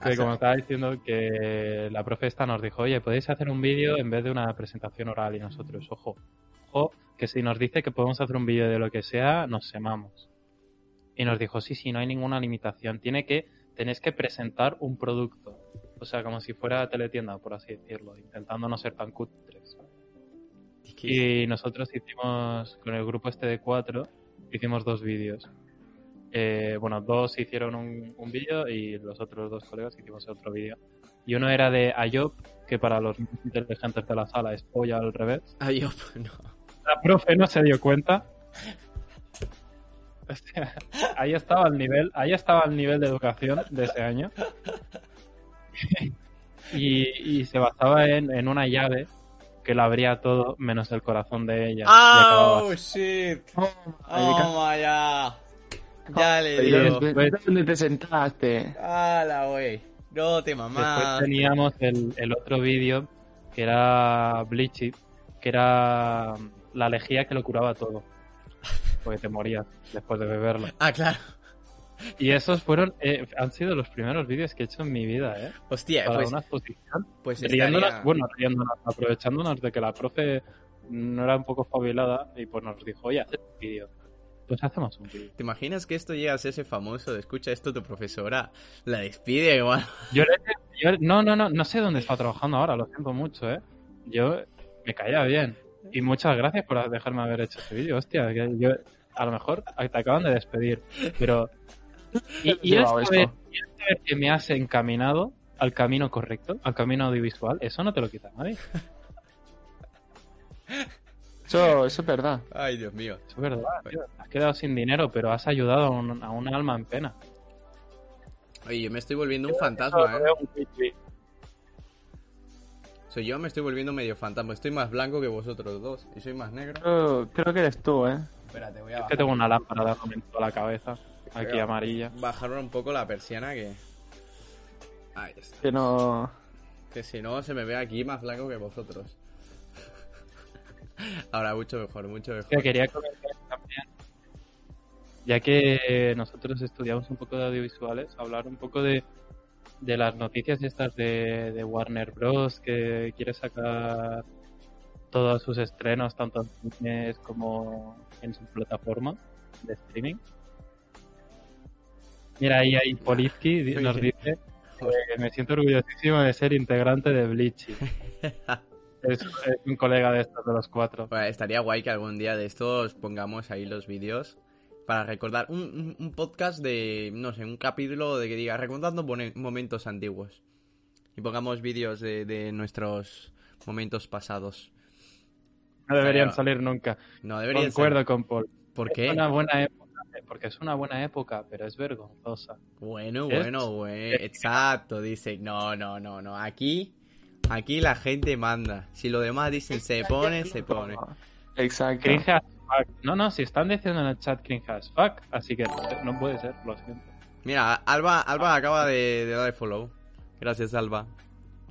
Que como estaba diciendo, que la profe esta nos dijo, oye, podéis hacer un vídeo en vez de una presentación oral. Y nosotros, ojo, ojo, que si nos dice que podemos hacer un vídeo de lo que sea, nos semamos. Y nos dijo, sí, sí, no hay ninguna limitación. Tiene que, tenéis que presentar un producto. O sea, como si fuera teletienda, por así decirlo, intentando no ser tan cutres. Y nosotros hicimos, con el grupo este de cuatro, hicimos dos vídeos. Eh, bueno, dos hicieron un, un vídeo y los otros dos colegas hicimos otro vídeo. Y uno era de Ayob, que para los más inteligentes de la sala es polla al revés. Ay, op, no. La profe no se dio cuenta. *laughs* O sea, ahí estaba el nivel, ahí estaba el nivel de educación de ese año. *laughs* Y, y se basaba en, en una llave que la abría todo menos el corazón de ella. Y acababa ¡Oh, shit! Ahí ¡Oh, my God! Ya le ca- digo. después- eh, ¿Dónde te sentaste? ¡Hala, güey! No te Después mamás. teníamos el, el otro vídeo que era Bleachy, que era mm, la lejía que lo curaba todo. Porque te morías después de beberlo. Ah, claro. Y esos fueron, eh, han sido los primeros vídeos que he hecho en mi vida, ¿eh? Hostia, Para pues, una exposición. pues riéndonos, estaría- bueno, riéndonos, aprovechándonos de que la profe no era un poco espabilada y pues nos dijo, oye, haced un vídeo. Pues hacemos un vídeo. ¿Te imaginas que esto llega a ser ese famoso de escucha esto tu profesora? La despide igual. Yo, le- yo- no, no, no, no sé dónde está trabajando ahora, lo siento mucho, ¿eh? Yo me caía bien. Y muchas gracias por dejarme haber hecho este vídeo, hostia. que yo, a lo mejor te acaban de despedir, *laughs* pero... Y, y el Llevaba saber- esto. y el saber que me has encaminado al camino correcto, al camino audiovisual, eso no te lo quita nadie, Eso, eso es verdad. Ay, Dios mío. es verdad. tío. Has quedado sin dinero, pero has ayudado a un, a un alma en pena. Oye, yo me estoy volviendo un fantasma, ¿eh? Soy yo, me estoy volviendo medio fantasma. Estoy más blanco que vosotros dos. Y soy más negro. Creo, creo que eres tú, ¿eh? Espérate, voy a Es bajar, que tengo una lámpara de argumento a la cabeza, aquí Pero- amarilla. bajar un poco la persiana que... Ahí está. Que no. Que si no, se me ve aquí más blanco que vosotros. *laughs* Ahora mucho mejor, mucho mejor. Hostia, quería comentar también, ya que nosotros estudiamos un poco de audiovisuales, hablar un poco de, de las noticias estas de, de Warner Bros. que quiere sacar todos sus estrenos, tanto en cines como en su plataforma de streaming. Mira, ahí, ahí Politsky di- nos dice que me siento orgullosísimo de ser integrante de Bleachy. Es, es un colega de estos de los cuatro. Bueno, Pues estaría guay que algún día de estos pongamos ahí los vídeos para recordar un, un- un podcast de, no sé, un capítulo de que diga recordando mone- momentos antiguos. Y pongamos vídeos de, de nuestros momentos pasados. No deberían Pero- salir nunca. No, debería ser. Concuerdo con Paul. ¿Por Es qué? una buena época dice, porque es una buena época, pero es vergonzosa. Bueno, Es- bueno, bueno. Exacto, dice. No, no, no, no. Aquí, aquí la gente manda. Si los demás dicen se pone, se pone. Exacto. Cringe as fuck. No, no, si están diciendo en el chat cringe as fuck, así que no puede ser, lo siento. Mira, Alba, Alba acaba de, de darle follow. Gracias, Alba.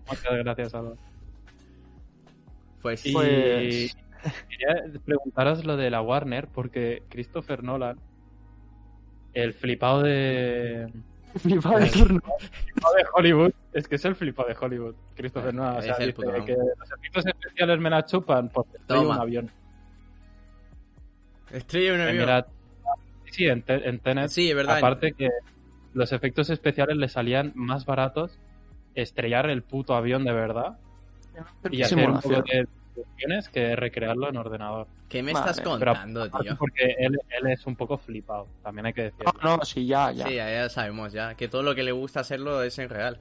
Muchas gracias, Álvaro. Pues Y sí. Pues- quería preguntaros lo de la Warner, porque Christopher Nolan, el flipado de, *laughs* Flipado de turno. flipado de Hollywood, es que es el flipado de Hollywood, Christopher Nolan. O Es sea, el dice puto amo. que los efectos especiales me la chupan porque estoy en Toma. un avión. Estrella un Me avión. mira- sí, en, Te- en Tenet, Sí, es verdad. aparte que los efectos especiales le salían más baratos estrellar el puto avión de verdad y hacer un poco de tienes que recrearlo en ordenador. ¿Qué me Madre, estás pero- contando, tío? Porque él, él es un poco flipado, también hay que decirlo. No, no, sí, ya, ya. Sí, ya, ya sabemos ya. Que todo lo que le gusta hacerlo es en real.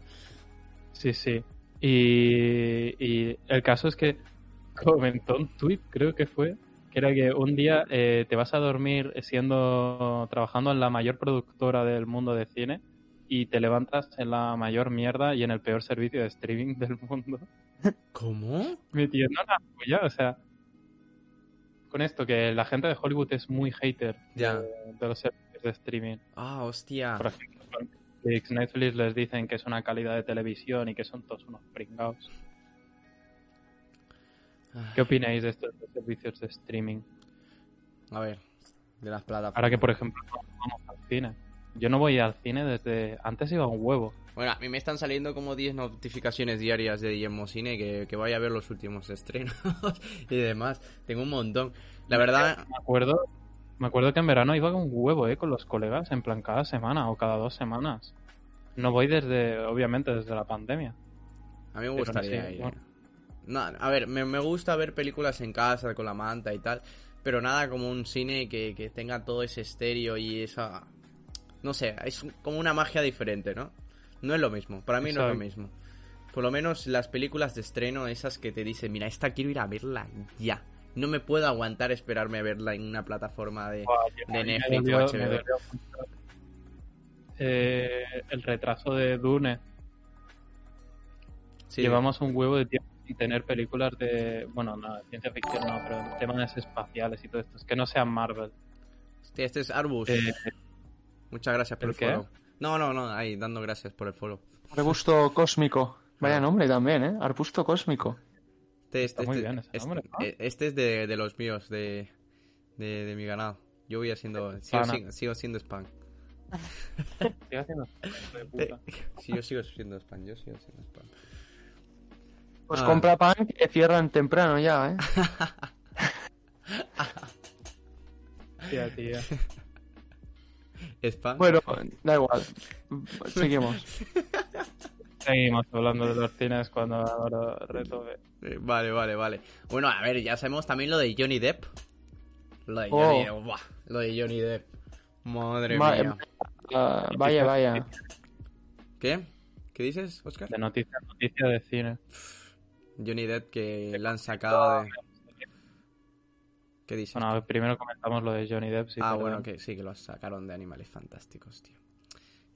Sí, sí. Y, y el caso es que *laughs* comentó un tuit, creo que fue, que era que un día eh, te vas a dormir siendo trabajando en la mayor productora del mundo de cine y te levantas en la mayor mierda y en el peor servicio de streaming *laughs* del mundo ¿Cómo? metiendo la polla, o sea, con esto que la gente de Hollywood es muy hater Ya. de, de los servicios de streaming. Ah, hostia. Por ejemplo, Netflix, Netflix les dicen que es una calidad de televisión y que son todos unos pringados. Ah, ¿Qué opináis de estos servicios de streaming? A ver, de las Ahora plataformas. que, por ejemplo, no vamos al cine. Yo no voy al cine desde... Antes iba a un huevo. Bueno, a mí me están saliendo como 10 notificaciones diarias de Guillermo Cine que, que vaya a ver los últimos estrenos *laughs* y demás. Tengo un montón. La verdad, Me acuerdo, me acuerdo que en verano iba a un huevo, ¿eh? Con los colegas, en plan cada semana o cada dos semanas. No voy desde, obviamente, desde la pandemia. a mí me Pero gustaría sí, ir. bueno. No, a ver, me, me gusta ver películas en casa con la manta y tal, pero nada como un cine que, que tenga todo ese estéreo y esa... No sé, es un- como una magia diferente, ¿no? No es lo mismo, para mí no es Exacto. lo mismo. Por lo menos las películas de estreno, esas que te dicen, mira, esta quiero ir a verla ya. No me puedo aguantar esperarme a verla en una plataforma de... De A mí me Netflix o dolió- HBO. me dolió mucho, eh, el retraso de Dune Sí, Llevamos un huevo de tiempo sin tener películas de, bueno, no, ciencia ficción no, pero temas espaciales y todo esto, es que no sean Marvel. Hostia, Este es Arbus. Eh, Muchas gracias por ¿el el, qué? follow. No, no, no, ahí, dando gracias por el follow. Arbusto cósmico. Vaya Ah. nombre también, ¿eh? Arbusto cósmico. Este, Está este, muy este- bien ese este- nombre, ¿no? eh, este es de, de los míos, de, de, de mi ganado. Yo voy haciendo. Sigo, Pana. sigo- sigo siendo spam. sigue haciendo- *laughs* de puta. Sí, yo sigo siendo spam, yo sigo siendo spam. Pues Ah. compra pan que cierran temprano ya, ¿eh? Ah. Tía, tía. Spam. Bueno, da igual. *laughs* Seguimos. Seguimos hablando de los cines cuando ahora retome. Eh, Vale, vale, vale. Bueno, a ver, ya sabemos también lo de Johnny Depp. Lo de Johnny Oh. Depp. buah, lo de Johnny Depp. Madre Ma- mía. Ah, vaya, vaya. ¿Qué? ¿Qué dices, Oscar? De noticia en noticia de cine. Johnny Depp que la han sacado Ah, de. ¿Qué dices? Bueno, primero comentamos lo de Johnny Depp. si ah, te- bueno, que sí, que lo sacaron de Animales Fantásticos, tío.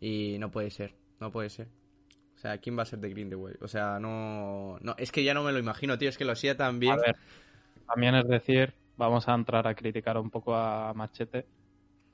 Y no puede ser, no puede ser. O sea, ¿quién va a ser de Grindelwald? O sea, no, no, es que ya no me lo imagino, tío, es que lo hacía tan bien. A ver, también es decir, vamos a entrar a criticar un poco a Machete.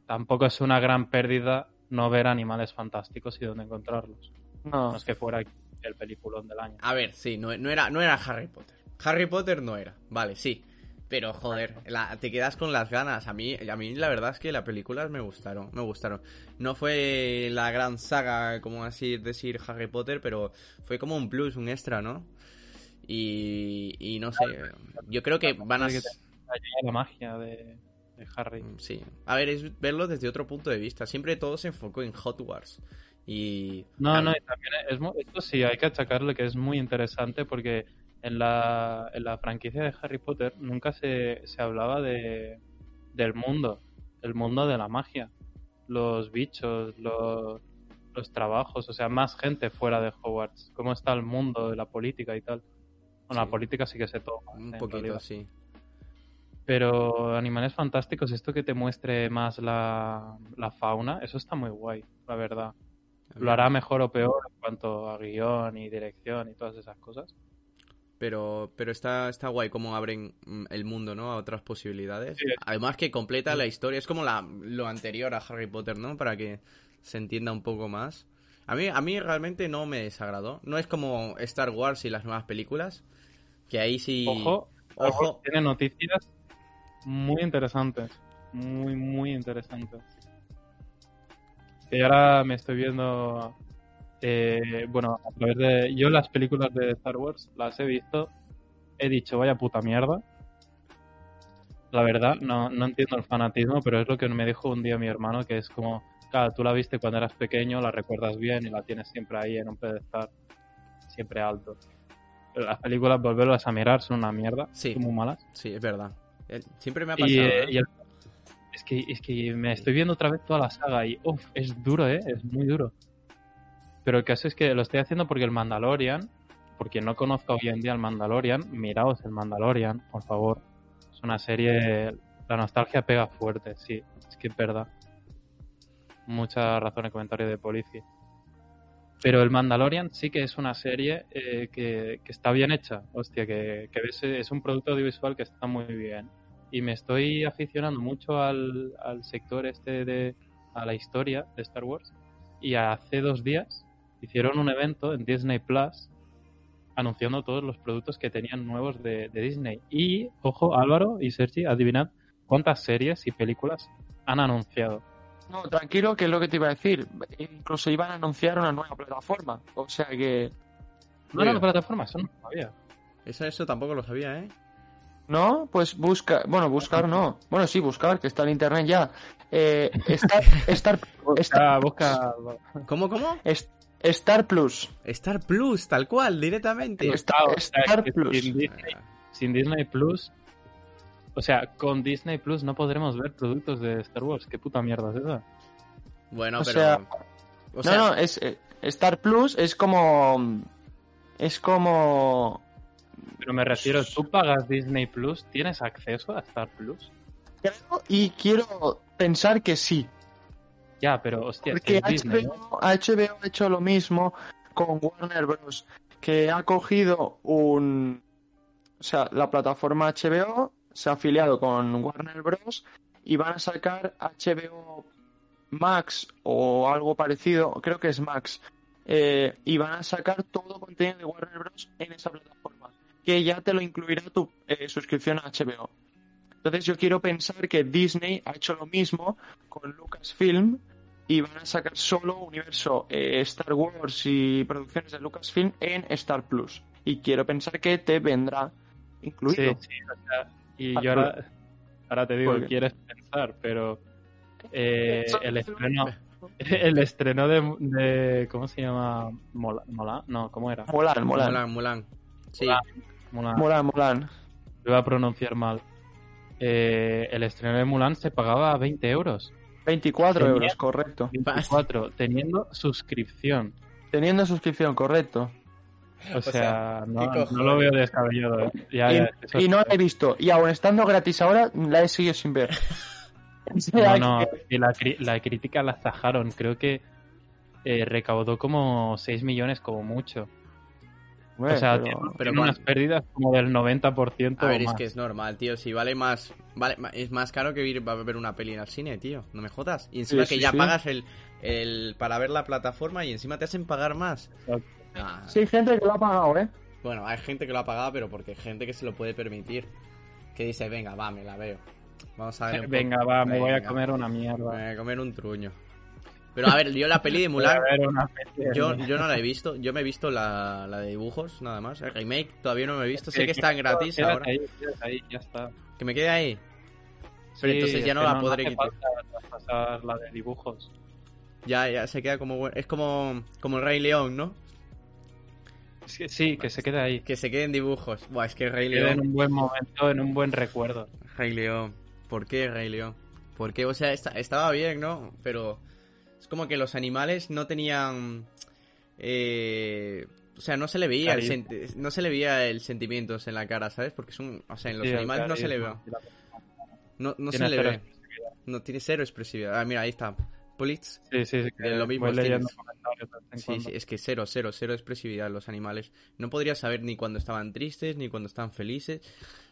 Tampoco es una gran pérdida no ver animales fantásticos y dónde encontrarlos. No. No es que fuera el peliculón del año. A ver, sí, no, no era, no era Harry Potter. Harry Potter no era, vale, sí. Pero joder, la- te quedas con las ganas. A mí, a mí la verdad es que las películas me gustaron, me gustaron. No fue la gran saga, como así decir Harry Potter, pero fue como un plus, un extra, ¿no? Y, y no sé, yo creo que van a... que s- Ahí La magia de, de Harry. Sí. A ver, es verlo desde otro punto de vista. Siempre todo se enfocó en Hot Wars. Y... No, no, y también es, mu- esto sí hay que achacarle que es muy interesante porque en la, en la franquicia de Harry Potter nunca se, se hablaba de, del mundo, el mundo de la magia, los bichos, los, los trabajos, o sea, más gente fuera de Hogwarts, cómo está el mundo de la política y tal. Bueno, Sí. la política sí que se toma. Un en poquito realidad. así. Pero Animales Fantásticos, esto que te muestre más la, la fauna, eso está muy guay, la verdad. Lo hará mejor o peor en cuanto a guión y dirección y todas esas cosas. Pero, pero está, está guay cómo abren mm, el mundo, ¿no? A otras posibilidades. Además que completa la historia. Es como la, lo anterior a Harry Potter, ¿no? Para que se entienda un poco más. A mí, a mí realmente no me desagradó. No es como Star Wars y las nuevas películas. Que ahí sí... Ojo, Ojo. tiene noticias muy interesantes. Muy, muy interesantes. Y ahora me estoy viendo. eh, bueno, a través de. Yo las películas de Star Wars las he visto. He dicho, vaya puta mierda. La verdad, no, no entiendo el fanatismo, pero es lo que me dijo un día mi hermano, que es como, claro, tú la viste cuando eras pequeño, la recuerdas bien y la tienes siempre ahí en un pedestal, siempre alto. Pero las películas, volverlas a mirar, son una mierda, Sí. son muy malas. Sí, es verdad. Eh, Siempre me ha pasado. Y, eh, ¿eh? y el- es, que, es que me estoy viendo otra vez toda la saga y uf, es duro, ¿eh? Es muy duro. Pero el caso es que lo estoy haciendo porque el Mandalorian, porque no conozco hoy en día el Mandalorian, miraos el Mandalorian, por favor. Es una serie, la nostalgia pega fuerte, sí, es que es verdad. Mucha razón en el comentario de Polici. Pero el Mandalorian sí que es una serie eh, que, que está bien hecha, hostia, que, que ves, eh, es un producto audiovisual que está muy bien y me estoy aficionando mucho al, al sector este de a la historia de Star Wars y hace dos días hicieron un evento en Disney Plus anunciando todos los productos que tenían nuevos de, de Disney y ojo Álvaro y Sergi adivinad cuántas series y películas han anunciado No, tranquilo, que es lo que te iba a decir. Incluso iban a anunciar una nueva plataforma. O sea que. no Mira. eran plataformas son todavía Eso, eso tampoco lo sabía, ¿eh? ¿No? Pues busca. Bueno, buscar no. Bueno, sí, buscar, que está en internet ya. Eh, Star, Star, Star, busca, busca ¿Cómo, cómo? Es- Star Plus. Star Plus, tal cual, directamente. Star, o sea, Star que Plus. sin Disney sin Disney Plus, o sea, con Disney Plus no podremos ver productos de Star Wars. ¿Qué puta mierda es esa? Bueno, O pero. sea- o sea, no, no, es, eh, Star Plus es como. Es como. Pero me refiero, tú pagas Disney Plus, ¿tienes acceso a Star Plus? Creo y quiero pensar que sí. Ya, pero hostia, es que Porque es Disney. ¿no? HBO, HBO ha hecho lo mismo con Warner Bros. Que ha cogido un. O sea, la plataforma HBO se ha afiliado con Warner Bros. Y van a sacar HBO Max o algo parecido. Creo que es Max. eh, y van a sacar todo contenido de Warner Bros. en esa plataforma. Que ya te lo incluirá tu eh, suscripción a HBO. Entonces yo quiero pensar que Disney ha hecho lo mismo con Lucasfilm y van a sacar solo universo eh, Star Wars y producciones de Lucasfilm en Star Plus. Y quiero pensar que te vendrá Sí, incluido. Ah, sí, o sea, y yo ahora, ahora te digo, Muy bien. quieres pensar, pero eh, Eso- el estreno *laughs* el estreno de, de- ¿cómo se llama? Mola, Mola, no, ¿cómo era? Molan, molan. Mulan, Mulan. Sí, Mulan. Mola. Molan, molan. lo iba a pronunciar mal. Eh, el estreno de Mulan se pagaba 20 euros. 24 Tenía- euros, correcto. Ah, 24, teniendo suscripción. Teniendo suscripción, correcto. O, sea, sea, no, ¿qué no cojones? lo veo descabellado. ¿eh? Ya, ya, eso y, y no la sí. he visto. Y aún estando gratis ahora, la he seguido sin *laughs* ver. O sea *laughs* No, no, que- y la, cri- la crítica la zajaron. Creo que eh, recaudó como 6 millones como mucho. Bueno, o sea, pero- tiene, Eh, Pero tiene unas cuan- pérdidas como del 90% A o ver, es más. que es normal, tío. Si vale más. Vale, ma- es más caro que ir a ver una peli al cine, tío. No me jodas. Y encima Sí, que sí, ya sí. pagas el, el. para ver la plataforma y encima te hacen pagar más. Exacto. Ah, Sí, hay gente que lo ha pagado, ¿eh? Bueno, hay gente que lo ha pagado, pero porque hay gente que se lo puede permitir. Que dice, venga, va, me la veo. Vamos *laughs* a ver. un Venga, poco". va, me voy a Venga, comer una Me voy mierda. a comer un truño. Pero a ver, yo la peli de Voy a Mulan. ver una peli. Yo, yo no la he visto, yo me he visto la, la de dibujos, nada más. El remake todavía no me he visto, sé que están gratis Quédate ahora. ahí, quédate ahí, ya está. Que me quede ahí. Pero entonces ya es no que la podré hace quitar. falta pasar la de dibujos. Ya, ya, se queda como. buen- Es como, como el Rey León, ¿no? Es que sí, que se queda ahí. Que se queden dibujos. Buah, es que Rey Que quede en León. un buen momento, en un buen recuerdo. Rey León. ¿Por qué Rey León? Porque, o sea, esta- estaba bien, ¿no? Pero es como que los animales no tenían. eh, o sea, no se le veía el Cariño. senti- no se le veía el sentimientos en la cara, ¿sabes? Porque es un, o sea, en los Sí, el animales no se le ve. carisma. No, no se Tiene le cero ve. No tiene cero expresividad. Ah, mira, ahí está. Politz. Sí, sí, sí. que lo mismo voy leyendo tienes. comentarios de vez en Sí, cuando. sí, es que cero, cero, cero expresividad los animales. No podría saber ni cuando estaban tristes, ni cuando estaban felices,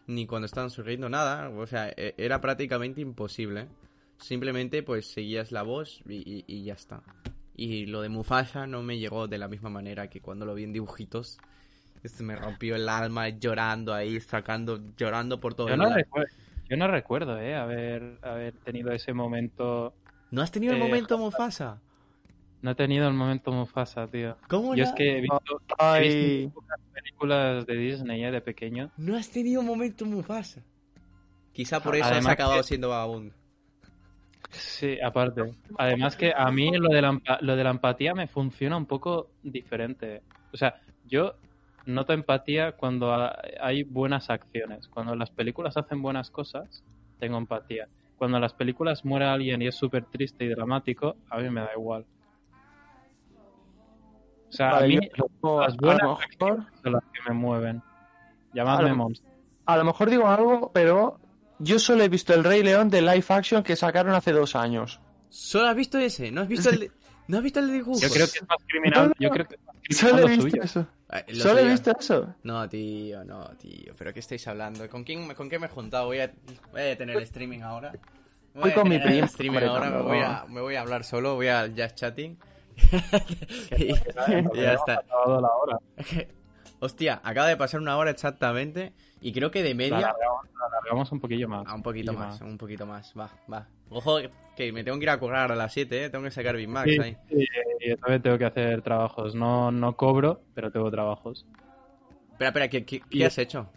ni cuando estaban sonriendo, nada. O sea, e- era prácticamente imposible. Simplemente pues seguías la voz y, y- y ya está. Y lo de Mufasa no me llegó de la misma manera que cuando lo vi en dibujitos. Este me rompió el alma llorando ahí, sacando, llorando por todo Yo el no, lado. recuerdo, yo no recuerdo, eh, haber, haber tenido ese momento. ¿No has tenido el Eh, momento Mufasa? No he tenido el momento Mufasa, tío. ¿Cómo Yo no? es que he visto, he visto Ay, pocas películas de Disney eh, de pequeño. No has tenido momento Mufasa. Quizá por Ah, eso has además acabado que- siendo vagabundo. Sí, aparte. Además que a mí lo de, la, empa- lo de la empatía me funciona un poco diferente. O sea, yo noto empatía cuando ha- hay buenas acciones. Cuando las películas hacen buenas cosas, tengo empatía. Cuando en las películas muere alguien y es súper triste y dramático, a mí me da igual. O sea, Vale, a yo- mí lo- a las buenas lo mejor- son las que me mueven. A Llamadme lo- monstruo. a lo mejor digo algo, pero yo solo he visto el Rey León de live action que sacaron hace dos años. Solo has visto ese, no has visto el de, no has visto el de dibujos. Yo creo que es más criminal. No, no, Yo creo que es más criminal Solo he lo visto suyo. eso. Ah, el otro Solo he día. visto eso. No, tío, no, tío, pero qué estáis hablando? ¿Con quién me- con qué me he juntado? Voy a voy a tener el streaming ahora. Voy con mi tener el primo, streaming hombre, ahora, me tampoco. voy a me voy a hablar solo, voy al Just *laughs* Chatting. Y- *laughs* y ya está. Acabado la hora. Hostia, acaba de pasar una hora exactamente y creo que de La media alargamos, la alargamos un poquillo más. Ah, un poquito poquillo más, un poquito más, va, va. Ojo, que me tengo que ir a currar a las 7, ¿eh? tengo que sacar Big Macs Sí, ahí. sí, y también tengo que hacer trabajos. No, no cobro, pero tengo trabajos. Espera, espera, ¿qué, qué, qué Y- has hecho?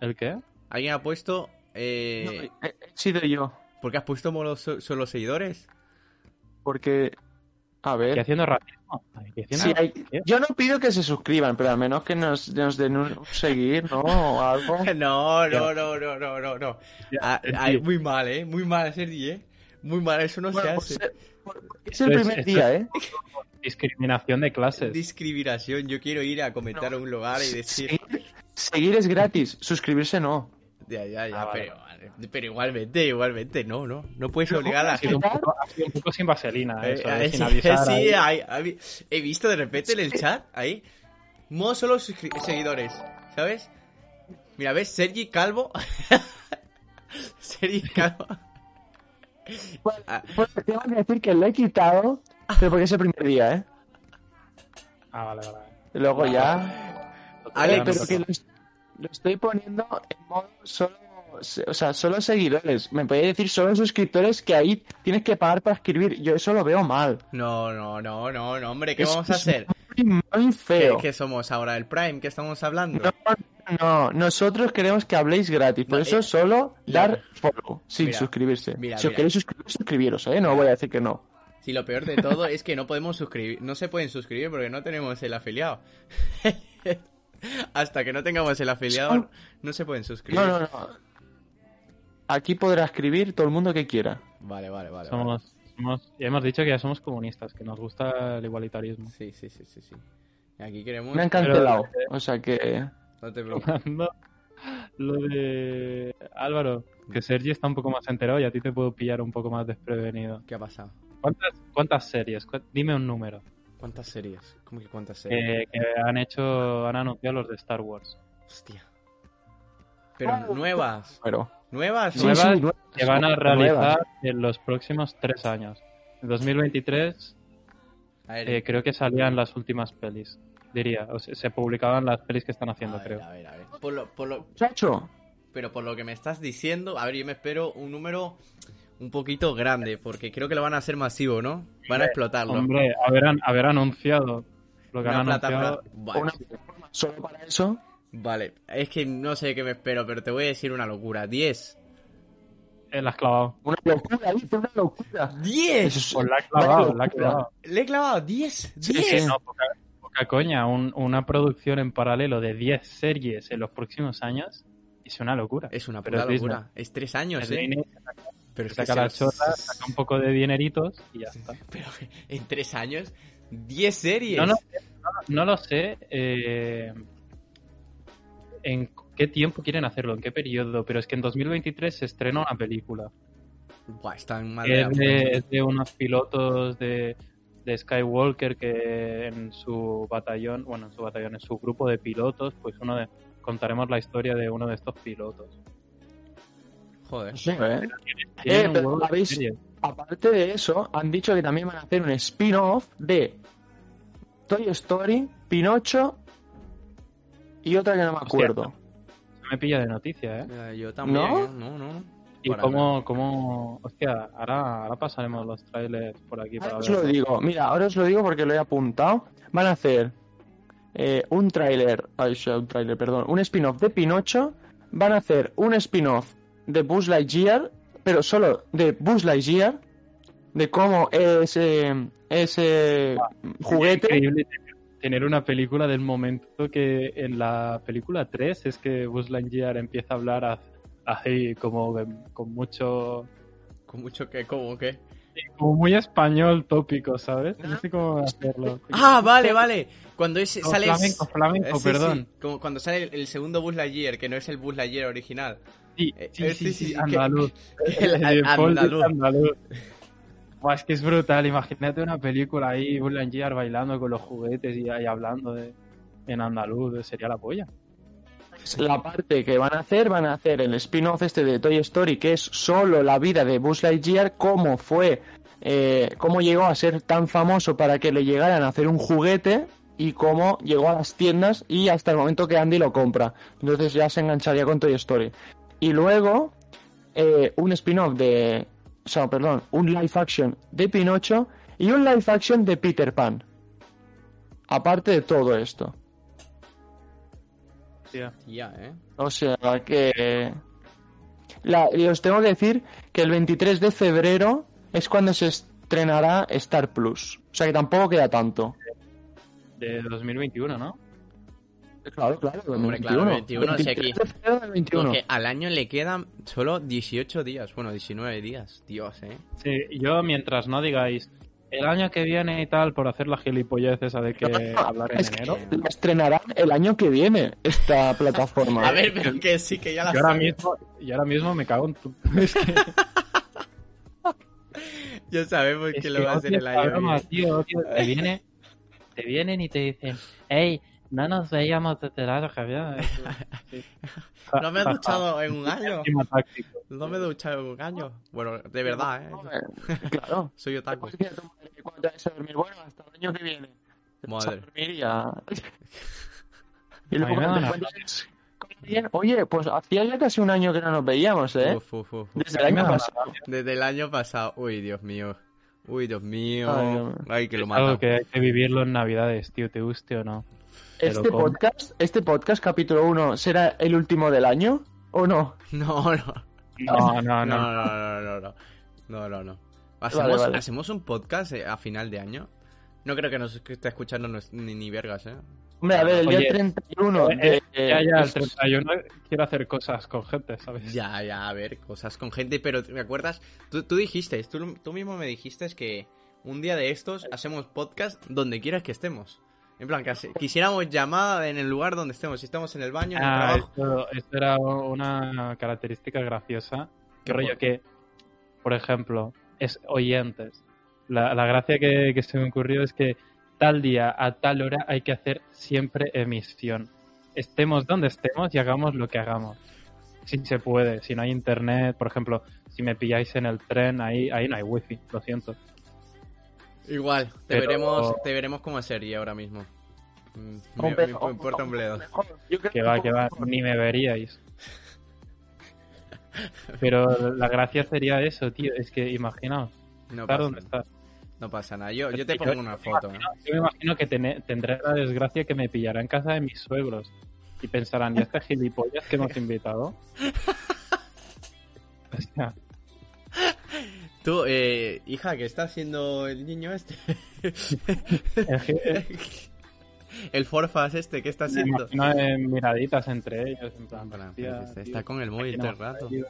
¿El qué? ¿Alguien ha puesto... Eh, No, he, he sido yo. ¿Por qué has puesto solo, solo seguidores? Porque. A ¿Qué ver. haciendo racismo? Ay, ¿qué haciendo Sí, hay- ¿Qué? Yo no pido que se suscriban, pero al menos que nos, nos den un seguir, ¿no? *laughs* O algo. *laughs* No, no, no, no, no, no, no. Ah, ah, muy mal, ¿eh? Muy mal, Sergi, ¿eh? Muy mal, eso no Bueno, se pues, hace. eh, es el Pues, primer esto- día, ¿eh? Discriminación de clases. Discriminación, yo quiero ir a comentar a un lugar y decir... Seguir, seguir es gratis, suscribirse no. Ya, ya, ya, Ah, vale. pero, pero igualmente, igualmente, no, no. No puedes obligar a la Ha gente... sido un poco, ha sido un poco sin vaselina Eh, eso, eh, eh, sin sí, avisar. *laughs* sí, ahí. ahí, ahí. he visto de repente en el chat, ahí, modo solo suscri- seguidores, ¿sabes? Mira, ¿ves? Sergi Calvo. *laughs* Sergi Calvo. Ah. Pues tengo que decir que lo he quitado, pero porque es el primer día, ¿eh? Ah, vale, vale. Luego ya. Ale, Vale, no pero pasa que lo, es- lo estoy poniendo en modo solo. O sea, solo seguidores. Me podéis decir solo suscriptores que ahí tienes que pagar para escribir. Yo eso lo veo mal. No, no, no, no, no, hombre, ¿qué Es- vamos a es hacer? Muy, muy ¿Qué, feo. qué somos ahora? ¿El Prime? ¿Qué estamos hablando? No, no, nosotros queremos que habléis gratis. Por No, eso eh, solo mira. dar follow, sin Mira, suscribirse. mira, si os mira. queréis suscribir, suscribiros, ¿eh? No voy a decir que no. Si lo peor de todo es que no podemos suscribir, no se pueden suscribir porque no tenemos el afiliado. *laughs* Hasta que no tengamos el afiliado, Son- no se pueden suscribir. No, no, no. Aquí podrá escribir todo el mundo que quiera. Vale, vale, vale. vale. Somos, somos- ya hemos dicho que ya somos comunistas, que nos gusta el igualitarismo. *laughs* Sí, sí, sí, sí, sí. Aquí queremos... Me han pero- eh, cancelado. O sea que. No te preocupes. No. Lo de Álvaro, que Sergi está un poco más enterado y a ti te puedo pillar un poco más desprevenido. ¿Qué ha pasado? ¿Cuántas, cuántas series? Cu- Dime un número ¿Cuántas series? ¿Cómo que cuántas series? que, que han hecho, han anunciado los de Star Wars. Hostia. Pero nuevas. Pero. ¿Nuevas? Sí, eh, Nuevas o- Que van a nuevas. realizar en los próximos tres años. En 2023 A ver, eh, creo que salían las últimas pelis, diría. O se- se publicaban las pelis que están a haciendo, ver, creo. a ver, a ver. Por lo, por lo, Muchacho, pero por lo que me estás diciendo, a ver, yo me espero un número un poquito grande, porque creo que lo van a hacer masivo, ¿no? Van a explotarlo. Hombre, haber, haber anunciado lo que Una han anunciado. plataforma. Vale. una plataforma solo para eso. Vale. es que no sé qué me espero, pero te voy a decir una locura. 10. Eh, la has clavado. Una locura, dice, una locura. Eso ¡10! es- Pues la has clavado, Vaya la has locura. clavado. Le he clavado 10. 10. Sí, sí. No, poca, poca coña. un- una producción en paralelo de 10 series en los próximos años es una locura. Es una Pero puta es Disney. locura. Es tres años, Disney ¿eh? Pero es que saca se la los- chota, saca un poco de dineritos y ya está. Pero en tres años, 10 series. No, no, no lo sé eh, en qué tiempo quieren hacerlo, en qué periodo, pero es que en 2023 se estrena una película. Buah, están mal que es de, es de unos pilotos de, de Skywalker que en su batallón, bueno, en su batallón, en su grupo de pilotos, pues uno de, contaremos la historia de uno de estos pilotos. Joder. Sí, ¿eh? Tienen Eh, un pero huevo de habéis- serie. Aparte de eso, han dicho que también van a hacer un spin-off de Toy Story, Pinocho y otra que no me acuerdo. Se me pilla de noticia, ¿eh? Eh, yo también, ¿No? ¿eh? no, no. Y Para cómo, cómo... Hostia, ahora, ahora pasaremos los trailers por aquí Ahora para os lo ver. digo, mira, ahora os lo digo porque lo he apuntado. Van a hacer eh, un tráiler, ay, sí, un tráiler, perdón, un spin-off de Pinocho. Van a hacer un spin-off de Buzz Lightyear, pero solo de Buzz Lightyear, de cómo ese, ese juguete. increíble tener- tener una película del momento que en la película 3 es que Buzz Lightyear empieza a hablar a- así como de- con mucho Con mucho que, ¿cómo qué? como muy español tópico, ¿sabes? No sé cómo hacerlo. Ah, vale, vale. Cuando es, No, sale. flamenco, flamenco, Eh, sí, sí, perdón. Como cuando sale el, el segundo Buzz Lightyear, que no es el Buzz Lightyear original. Sí, Eh, sí, eh, sí, sí, sí, sí, andaluz. *laughs* que- el default es andaluz. andaluz. Buah, es que es brutal, imagínate una película ahí, Buzz Lightyear bailando con los juguetes y ahí hablando de- en andaluz, sería la polla. La parte que van a hacer, van a hacer el spin-off este de Toy Story, que es solo la vida de Buzz Lightyear, cómo fue, eh, cómo llegó a ser tan famoso para que le llegaran a hacer un juguete y cómo llegó a las tiendas y hasta el momento que Andy lo compra. Entonces ya se engancharía con Toy Story. Y luego, eh, un spin-off de... O sea, perdón, un live action de Pinocho y un live action de Peter Pan. Aparte de todo esto. Ya, ¿eh? O sea que. La- y os tengo que decir que el 23 de febrero es cuando se estrenará Star Plus. O sea que tampoco queda tanto. De 2021, ¿no? Claro, claro, Hombre, claro, 21, sí, aquí. 23 de febrero del 21. Porque al año le quedan solo 18 días. Bueno, 19 días. Dios, ¿eh? Sí, yo mientras no digáis el año que viene y tal, por hacer la gilipollez esa de que hablar en es que enero. la estrenarán el año que viene esta *laughs* plataforma. A ver, pero que sí, que ya la Yo ahora mismo, y ahora mismo me cago en tu. Es que, *laughs* Ya sabemos *laughs* que es lo que va a hacer odio el esta año. broma, que tío, odio. Te viene, te vienen y te dicen, hey, no nos veíamos desde el año *laughs* que viene". Sí. viene. *laughs* No me he *laughs* duchado en un año. Esquema táctico. No me he duchado en un año. Bueno, de verdad, ¿eh? Claro. Soy otaku. Después que ya tu madre, ¿cuándo te vas a dormir? Bueno, hasta el año que viene. Te vas a Madre. dormir y *laughs* ya. Y A mí luego me cuando da te una encuentras con alguien, Oye, pues hacía ya casi un año que no nos veíamos, ¿eh? Uf, uf, uf, uf. Desde A mí el me año da una pasado. Desde el año pasado. Uy, Dios mío. Uy, Dios mío. Ay, Dios mío. Ay, que lo Algo mata. que hay que vivirlo en Navidades, tío, te guste o no. Pero Este ¿cómo? podcast, este podcast, capítulo 1, ¿será el último del año? ¿O no? *laughs* No, no. Ah, No, No, no, no. no, no, no, no. No, no, no. ¿Hacemos, vale. hacemos un podcast eh, a final de año? No creo que nos esté escuchando nos- ni, ni vergas, ¿eh? Hombre, a ver, el Oye, día 31 eh, de... Ya, ya, el 31 quiero hacer cosas con gente, ¿sabes? Ya, ya, a ver, cosas con gente, pero ¿te acuerdas? Tú, tú dijiste, tú, tú mismo me dijiste que un día de estos hacemos podcast donde quieras que estemos. En plan, que hace- quisiéramos llamada en el lugar donde estemos. Si estamos en el baño, en el Ah, trabajo. esto, esto era una característica graciosa. ¿Qué Que rollo por- que, por ejemplo, es oyentes. La, la gracia que, que se me ocurrió es que tal día, a tal hora, hay que hacer siempre emisión. Estemos donde estemos y hagamos lo que hagamos. Si se puede, si no hay internet, por ejemplo, si me pilláis en el tren, ahí, ahí no hay wifi, lo siento. Igual, te Pero- veremos, te veremos como serie ahora mismo. Mm, Me, Hombre, me ojo, importa un bledo. Yo creo Que va, que va, ni me veríais. Pero la gracia sería eso, tío. Es que imaginaos, No estar pasa, donde estás. no pasa nada. Yo, yo te pongo una foto. ¿eh? Yo me imagino que tene- tendré la desgracia que me pillará en casa de mis suegros. Y pensarán, ¿y este gilipollas que hemos *laughs* invitado? O sea, Tú, eh, hija, que está haciendo el niño este? *laughs* el gi- eh, el Forfas este, ¿qué está me haciendo? imagino eh, miraditas entre ellos. En plan, Para, "Hostia, está, tío, está con el móvil ¿quién todo el hemos rato. traído?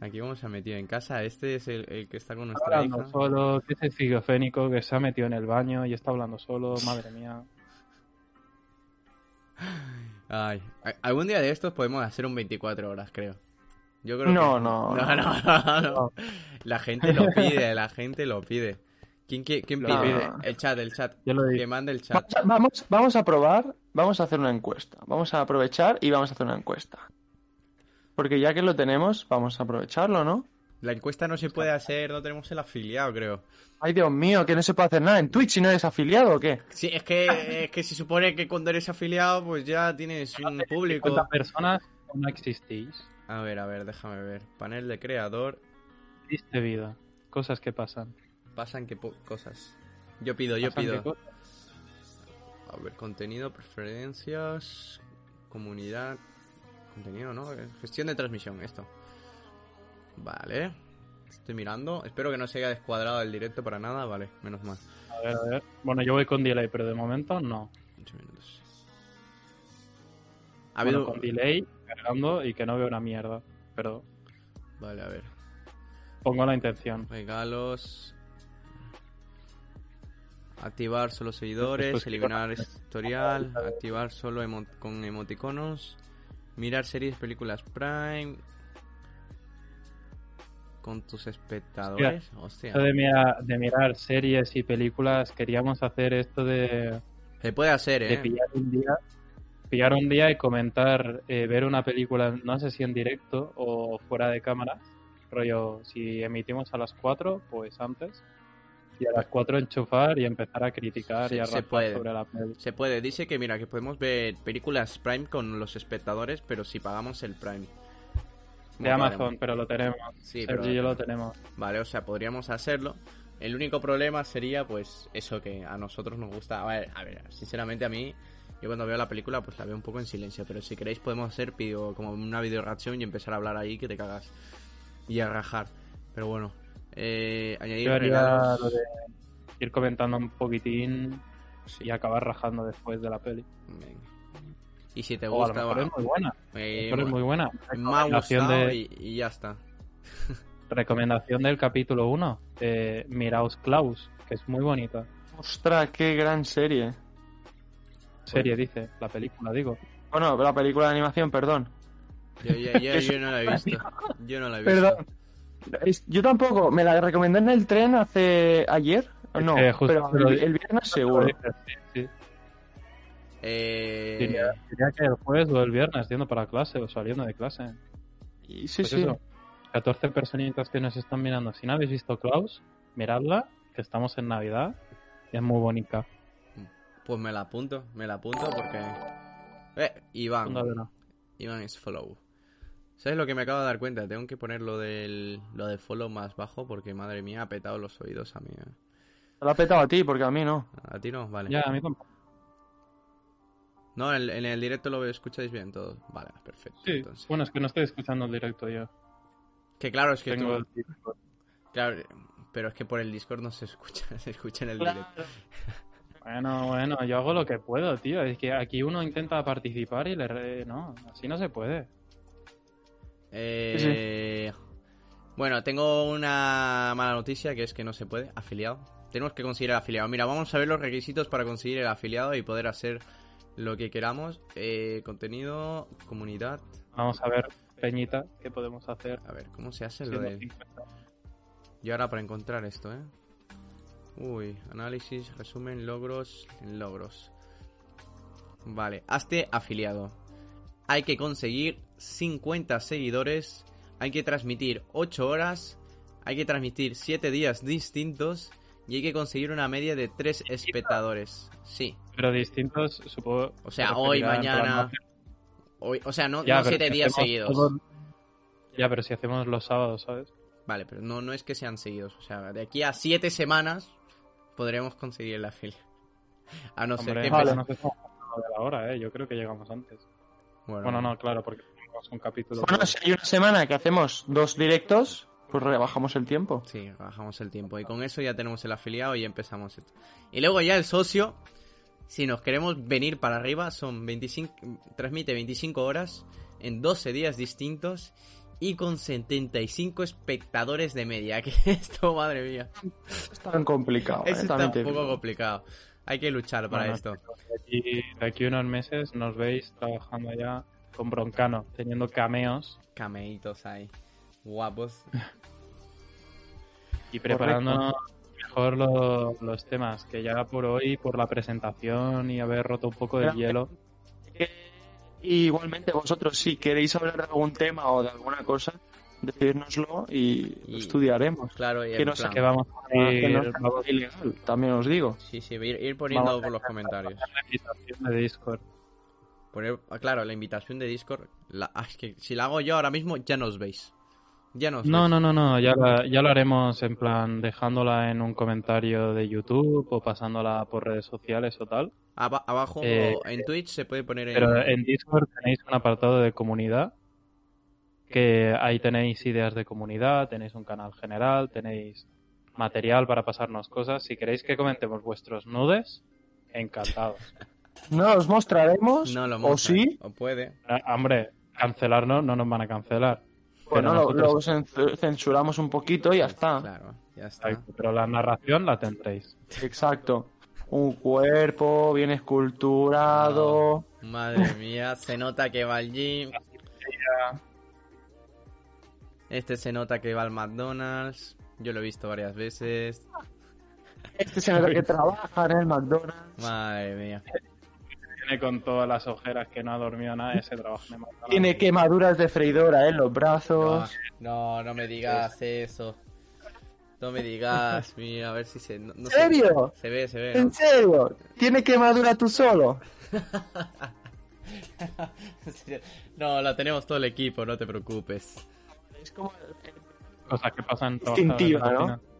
Aquí vamos a metido en casa. Este es el, el que está con Está nuestra hablando hija. solo, que es el figofénico que se ha metido en el baño y está hablando solo, madre mía. Ay, a- algún día de estos podemos hacer un 24 horas, creo. Yo creo No, que- no, *laughs* no, no, no, no. La gente lo pide, la gente lo pide. ¿Quién, qui- quién Lo pide? pide. El chat, el chat. Yo lo Que dije. mande el chat. Vamos a, vamos, vamos a probar, vamos a hacer una encuesta. Vamos a aprovechar y vamos a hacer una encuesta. Porque ya que lo tenemos, vamos a aprovecharlo, ¿no? La encuesta no se puede hacer, no tenemos el afiliado, creo. Ay, Dios mío, que no se puede hacer nada en Twitch si no eres afiliado o qué. Sí, es que, es que se supone que cuando eres afiliado, pues ya tienes un público. 50 personas no existís. A ver, a ver, déjame ver. Panel de creador. Triste este vida. Cosas que pasan. Pasan que po- cosas. Yo pido, yo Pasan que pido. cosas. A ver, contenido, preferencias, comunidad, contenido, ¿no? Eh, Gestión de transmisión, esto. Vale. Estoy mirando. Espero que no se haya descuadrado el directo para nada. Vale, menos mal. A ver, a ver. Bueno, yo voy con delay, pero de momento no. Ocho minutos. Ha Bueno, habido... con delay, cargando y que no veo una mierda. Pero Vale, a ver. pongo la intención. Regalos. Activar solo seguidores, Después que- eliminar historial, activar solo emo- con emoticonos, mirar series, películas Prime, con tus espectadores. Hostia. Esto de, mira- de mirar series y películas, queríamos hacer esto de, Se puede hacer, de ¿eh? pillar un día pillar un día y comentar, eh, ver una película, no sé si en directo o fuera de cámara, rollo, si emitimos a las 4, pues antes, y a las 4 enchufar y empezar a criticar Se- y a se rajar puede. sobre la peli. Se puede. Dice que, mira, que podemos ver películas Prime con los espectadores, pero si pagamos el Prime. De Bueno, Amazon, pero lo tenemos, Sí, Sergi pero y yo lo tenemos. Vale, o sea, podríamos hacerlo. El único problema sería, pues, eso que a nosotros nos gusta. A ver, a ver, sinceramente a mí, yo cuando veo la película, pues la veo un poco en silencio. Pero si queréis, podemos hacer video, como una video reacción y empezar a hablar ahí que te cagas. Y a rajar. Pero bueno, eh, añadir Yo haría regalos. lo de ir comentando un poquitín Sí, y acabar rajando después de la peli. venga. Y si te O a lo gusta, mejor es va, muy buena, a lo eh, mejor es muy buena. me ha Recomendación gustado de- y, y ya está. Recomendación del capítulo 1, eh, Miraos Klaus, que es muy bonita. Ostras, qué gran serie. Serie, dice, la película, digo. Bueno, la película de animación, perdón. Yo, yo- yo- yo no la *laughs* he visto. Yo no la he visto. Perdón. Es- Yo tampoco, me la recomendé en el tren hace ayer. No, Eh, justo pero te lo el, dije. Pues el viernes seguro. Sí, sí. Eh, Diría, diría que el jueves o el viernes, yendo para clase o saliendo de clase. Y sí, Pues sí. eso, 14 personitas que nos están mirando. Si no habéis visto Klaus, miradla, que estamos en Navidad y es muy bonita. Pues me la apunto, me la apunto porque. Eh, Iván, Anda, verá. Iván es follow. ¿Sabes lo que me acabo de dar cuenta? Tengo que poner lo del, lo del follow más bajo porque madre mía ha petado los oídos a mí. eh. Te la ha petado a ti, porque a mí no. A ti no, vale. Ya, a mí tampoco. No, en, en el directo lo escucháis bien todos. Vale, perfecto. Sí, entonces. bueno, es que no estoy escuchando el directo yo. Que claro, es que Tengo tú- claro, pero es que por el Discord no se escucha, *laughs* se escucha en el directo. Bueno, bueno, yo hago lo que puedo, tío. Es que aquí uno intenta participar y le... re- No, así no se puede. Eh, Bueno, tengo una mala noticia que es que no se puede. Afiliado. Tenemos que conseguir el afiliado. Mira, vamos a ver los requisitos para conseguir el afiliado y poder hacer lo que queramos. Eh, contenido, comunidad. Vamos a ver, Peñita, qué podemos hacer. A ver, ¿cómo se hace lo siendo de.? 50. Y ahora para encontrar esto, ¿eh? Uy, análisis, resumen, logros, en logros. Vale, hazte afiliado. Hay que conseguir 50 seguidores. Hay que transmitir 8 horas. Hay que transmitir 7 días distintos. Y hay que conseguir una media de 3 espectadores. Sí. Pero distintos, supongo... O sea, se hoy, referirá en plan, mañana. ¿no? Hoy, o sea, no Ya, pero 7 si días hacemos seguidos. todo- Ya, pero si hacemos los sábados, ¿sabes? Vale, pero no, no es que sean seguidos. O sea, de aquí a siete semanas podremos conseguir la fila. *laughs* A no ser Hombre, que vale. empe- no sé cómo vamos de la hora, ¿eh? Yo creo que llegamos antes. Bueno, Bueno, no, claro, porque tenemos un capítulo... Bueno, si hay una semana que hacemos dos directos, pues rebajamos el tiempo. Sí, bajamos el tiempo. Y con eso ya tenemos el afiliado y empezamos esto. Y luego ya el socio, si nos queremos venir para arriba, son 25, transmite 25 horas en 12 días distintos y con 75 espectadores de media. *laughs* Que esto, madre mía. Es tan complicado, ¿eh? Eso está También te un poco digo. complicado. Hay que luchar para Bueno, esto. De aquí, de aquí unos meses nos veis trabajando ya con Broncano, teniendo cameos Cameitos ahí. Guapos. y preparándonos mejor lo- los temas, que ya por hoy, por la presentación y haber roto un poco del Claro. hielo, Y eh, igualmente vosotros, si queréis hablar de algún tema o de alguna cosa, decírnoslo y, Y- lo estudiaremos. Claro, y Que en no se plan- que vamos a Ah, que no abrir es algo ilegal, también os digo. Sí, sí, ir, ir poniendo Vamos a por los comentarios. la invitación de Discord. Poner, ah, claro, la invitación de Discord. La, ah, es que si la hago yo ahora mismo, ya nos veis. Ya nos No, veis. no, no, no, ya, la- ya lo haremos en plan dejándola en un comentario de YouTube o pasándola por redes sociales o tal. Aba- abajo Eh, o en Twitch se puede poner en. Pero eh, en Discord tenéis un apartado de comunidad, que ahí tenéis ideas de comunidad, tenéis un canal general, tenéis material para pasarnos cosas. Si queréis que comentemos vuestros nudes, encantados. No os mostraremos, No lo o mostran, sí, O puede. Ah, Hombre, cancelarnos no nos van a cancelar. bueno, Pero lo, nosotros- lo cen- censuramos un poquito y ya está. Claro, ya está. Exacto, Pero la narración la tendréis. Exacto. Un cuerpo bien esculturado. Madre mía, se nota que va al gym. Este se nota que va al McDonald's. Yo lo he visto varias veces. Ah. Este es el que *laughs* trabaja en el McDonald's. Madre mía. Viene con todas las ojeras que no ha dormido nada ese trabajo. de McDonald's. Ah. Tiene quemaduras de freidora eh, en los No, brazos. Ah, no, no me digas eso. No me *laughs* digas, mira, a ver si se. No, no ¿En sé. serio? Se ve, se ve. ¿no? *laughs* ¿En serio? ¿Tiene quemadura tú solo? No, la tenemos todo el equipo, no te preocupes. Es como Cosas que pasan Instintiva, trabajando en la ¿no? cocina.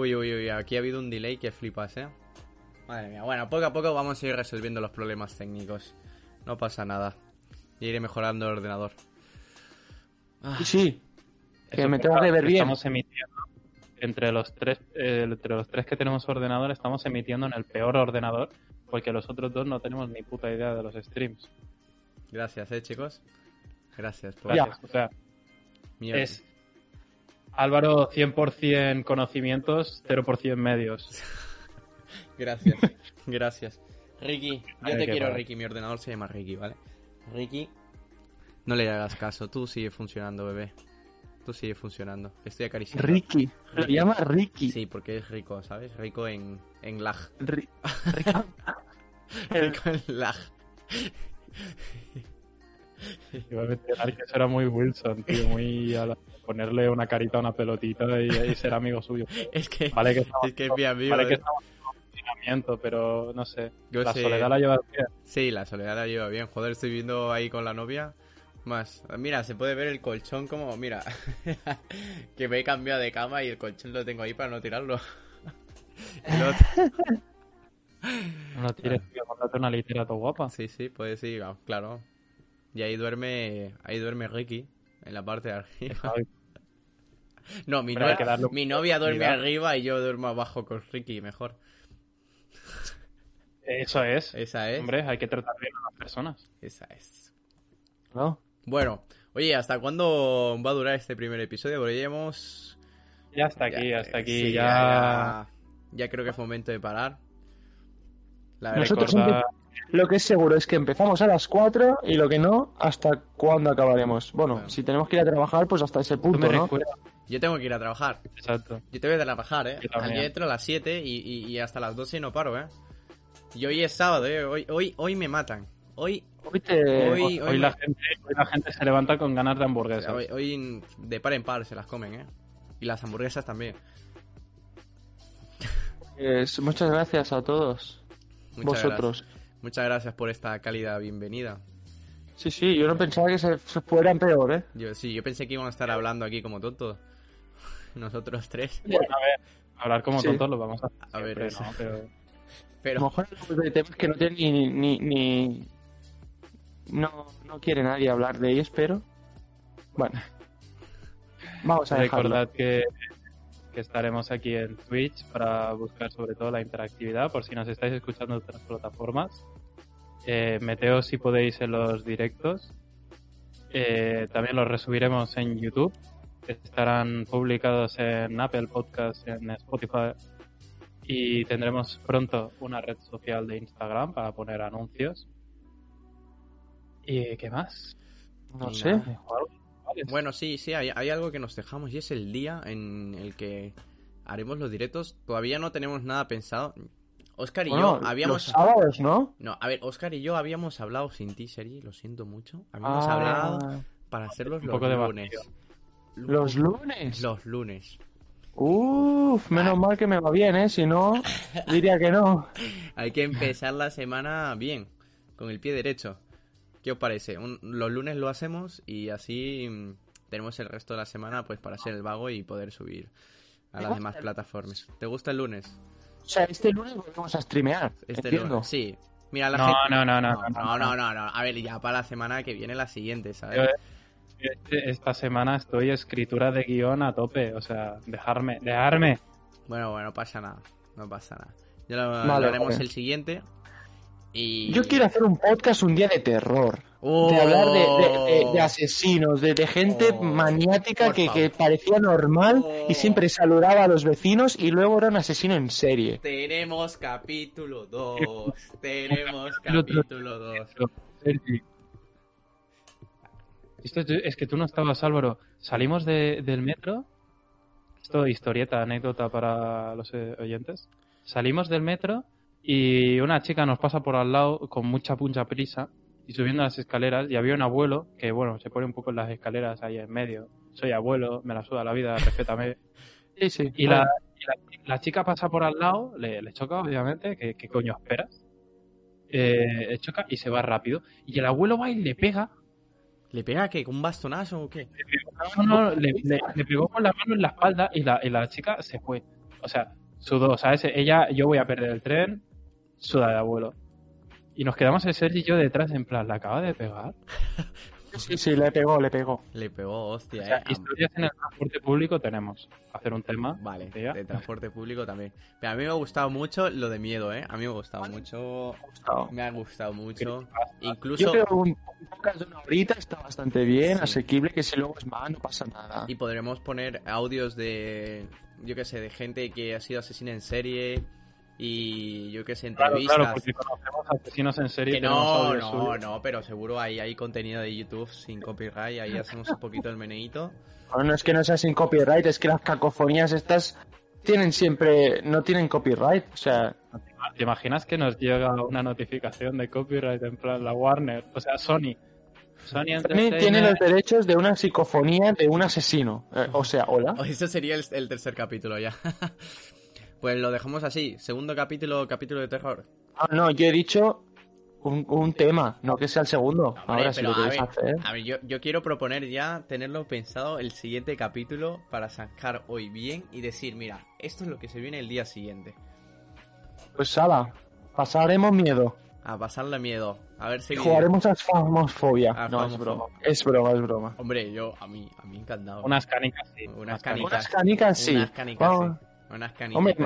Uy, uy, uy, aquí ha habido un delay que flipas, eh. Madre mía, bueno, poco a poco vamos a ir resolviendo los problemas técnicos. No pasa nada. Y iré mejorando el ordenador. Sí. Que me Eso tengo que ver bien. Estamos emitiendo entre los tres, eh, entre los tres que tenemos ordenador, estamos emitiendo en el peor ordenador, porque los otros dos no tenemos ni puta idea de los streams. Gracias, eh, chicos. Gracias por Gracias. O sea, Mierda. es Álvaro 100% conocimientos, 0% *laughs* medios. Gracias, *laughs* gracias. Ricky, yo Ay, te qué quiero, padre. Ricky. Mi ordenador se llama Ricky, ¿vale? Ricky, no le hagas caso. Tú sigue funcionando, bebé. Tú sigue funcionando. Estoy acariciando. Ricky. Lo llama Ricky. Sí, porque es rico, ¿sabes? Rico en, en lag. *laughs* Ri- Rico en lag. Iba a mencionar que eso era muy Wilson, tío, muy a la- ponerle una carita a una pelotita y, y ser amigo suyo. Es que *laughs* Vale que estamos, es, que es mi amigo. vale que ¿eh? estamos en confinamiento, pero no sé. Yo la sé- soledad la lleva bien. Sí, la soledad la lleva bien. Joder, estoy viendo ahí con la novia. Más, mira, se puede ver el colchón como, mira, *laughs* que me he cambiado de cama y el colchón lo tengo ahí para no tirarlo. *laughs* El otro- No la tires, tío, cómprate una literato guapa. Sí, sí, pues sí, ah, claro. Y ahí duerme, ahí duerme Ricky, en la parte de *laughs* arriba. No, mi, Pero hay que nuera- darle mi novia duerme oportunidad. arriba y yo duermo abajo con Ricky, mejor. Eso es. Esa es, Hombre, hay que tratar bien a las personas. esa es. ¿No? Bueno, oye, ¿hasta cuándo va a durar este primer episodio? Porque ya hemos... Ya hasta aquí, ya- hasta aquí, sí, ya. ya... ya creo que es momento de parar. La verdad Nosotros recordar- Lo que es seguro es que empezamos a las 4 y lo que no, hasta cuándo acabaremos. Bueno, Bueno. si tenemos que ir a trabajar, pues hasta ese Tú me punto, ¿no? recuerdas, yo tengo que ir a trabajar. exacto. Yo te voy a trabajar, ¿eh? Yo también. Yo entro a las 7 y, y- y hasta las 12 no paro, ¿eh? Y hoy es sábado, ¿eh? Hoy, hoy, hoy me matan. Hoy, Hoy te- Hoy- Hoy, la gente, hoy la gente se levanta con ganas de hamburguesas. hoy, hoy de par en par se las comen, ¿eh? Y las hamburguesas también. pues, muchas gracias a todos Muchas vosotros. gracias. Muchas gracias por esta cálida bienvenida. Sí, sí, yo no pensaba que se se fueran peor, ¿eh? Yo, sí, yo pensé que iban a estar hablando aquí como tontos. *laughs* Nosotros tres. Hablar como Sí. tontos lo vamos a hacer. A ver, siempre, eso. ¿no? Pero A lo Pero mejor hablamos de temas que no tienen ni... ni, ni- No, no quiere nadie hablar de ellos, pero... Bueno. Vamos a dejarlo. recordad que, que estaremos aquí en Twitch para buscar sobre todo la interactividad, por si nos estáis escuchando en otras plataformas. Eh, meteos si podéis en los directos. Eh, también los resubiremos en YouTube. Estarán publicados en Apple Podcasts, en Spotify, Y tendremos pronto una red social de Instagram para poner anuncios. ¿Y qué más? No Y sé. nada. ¿O algo? Vale. Bueno, sí, sí, hay, hay algo que nos dejamos y es el día en el que haremos los directos. Todavía no tenemos nada pensado. Oscar y Bueno, yo habíamos... Los sábados, ¿no? No, a ver, Oscar y yo habíamos hablado sin ti, Sergi, lo siento mucho. Ah, Habíamos hablado para hacerlos Ah. Un los poco de lunes. Lu- Los lunes. Los lunes. Uf, menos mal que me va bien, ¿eh? *laughs* Si no, diría que no. Hay que empezar la semana bien, con el pie derecho. ¿Qué os parece? Un- los lunes lo hacemos y así mm, tenemos el resto de la semana pues para hacer el vago y poder subir a Me las gusta demás el- plataformas. ¿Te gusta el lunes? O sea, este lunes volvemos a streamear. Este entiendo. lunes. Sí. Mira la No, gente. no, no, no, no, no, no, no, no. A ver, ya para la semana que viene la siguiente, ¿sabes? Yo, Este- esta semana estoy escritura de guión a tope, o sea, dejarme, dejarme. Bueno, bueno, pasa nada. No pasa nada. Ya lo, lo Vale, haremos vale. el siguiente. Y... Yo quiero hacer un podcast un día de terror. ¡Oh! De hablar de, de- de- de asesinos, de, de gente Oh. maniática Por que, favor. que parecía normal Oh. y siempre saludaba a los vecinos y luego era un asesino en serie. Tenemos capítulo *laughs* 2. Tenemos capítulo 2. Sergi. Esto es, es que tú no estabas, Álvaro. Salimos de- del metro. Esto historieta, anécdota para los eh, oyentes. Salimos del metro y una chica nos pasa por al lado con mucha puncha prisa y subiendo las escaleras y había un abuelo que, bueno, se pone un poco en las escaleras ahí en medio. Soy abuelo, me la suda la vida, respétame. Sí, sí. Ah, Y Ah. la, y la- la chica pasa por al lado, le, le choca, obviamente, ¿qué, qué coño esperas? Eh, le choca y se va rápido. Y el abuelo va y le pega, ¿Le pega que ¿Con un bastonazo o qué? no, no, le, le- le pegó con la mano en la espalda y la, y la chica se fue. O sea, sudó, ¿sabes? Ella, yo voy a perder el tren, suda de abuelo. Y nos quedamos el Sergi y yo detrás, en plan, ¿la acaba de pegar? Sí, sí, le pegó, le pegó. Le pegó, hostia, O sea, eh. Ah, historias en el transporte público tenemos. Hacer un tema. Vale, Ya. de transporte público también. Pero a mí me ha gustado mucho lo de miedo, eh. A mí me ha gustado mucho. Me ha gustado mucho. Yo Incluso. creo que un, un podcast de una horita está bastante bien, Sí. asequible, que si luego es más no pasa nada. Y podremos poner audios de. Yo qué sé, de gente que ha sido asesina en serie. Y yo qué sé, Claro, entrevistas. claro, porque conocemos asesinos en serie. Que tenemos no, audios no, suyos. no, pero seguro hay, hay contenido de YouTube sin copyright, ahí hacemos un poquito el meneíto. *laughs* Bueno, no es que no sea sin copyright, es que las cacofonías estas tienen siempre, no tienen copyright, o sea, ¿Te imaginas que nos llega una notificación de copyright en plan la Warner? O sea, Sony. Sony Sony Entertainment. tiene los derechos de una psicofonía de un asesino. Eh, o sea, hola. Oh, Eso sería el, el tercer capítulo ya. *laughs* Pues lo dejamos así, segundo capítulo, capítulo de terror. Ah, no, yo he dicho un, un tema, no que sea el segundo. Hombre, Ahora sí pero lo a queréis ver, hacer. a ver, yo, yo quiero proponer ya tenerlo pensado el siguiente capítulo para sacar hoy bien y decir, mira, esto es lo que se viene el día siguiente. Pues Sala, pasaremos miedo. A pasarle miedo, a ver si... y Jugaremos a Fasmosfobia. A no, es Phasmophobia. broma. Es broma, es broma. Hombre, yo, a mí, a mí encantado. Unas canicas, sí. Unas canicas. Unas canicas sí. Unas canicas, sí. Vamos. Unas canicas. Hombre,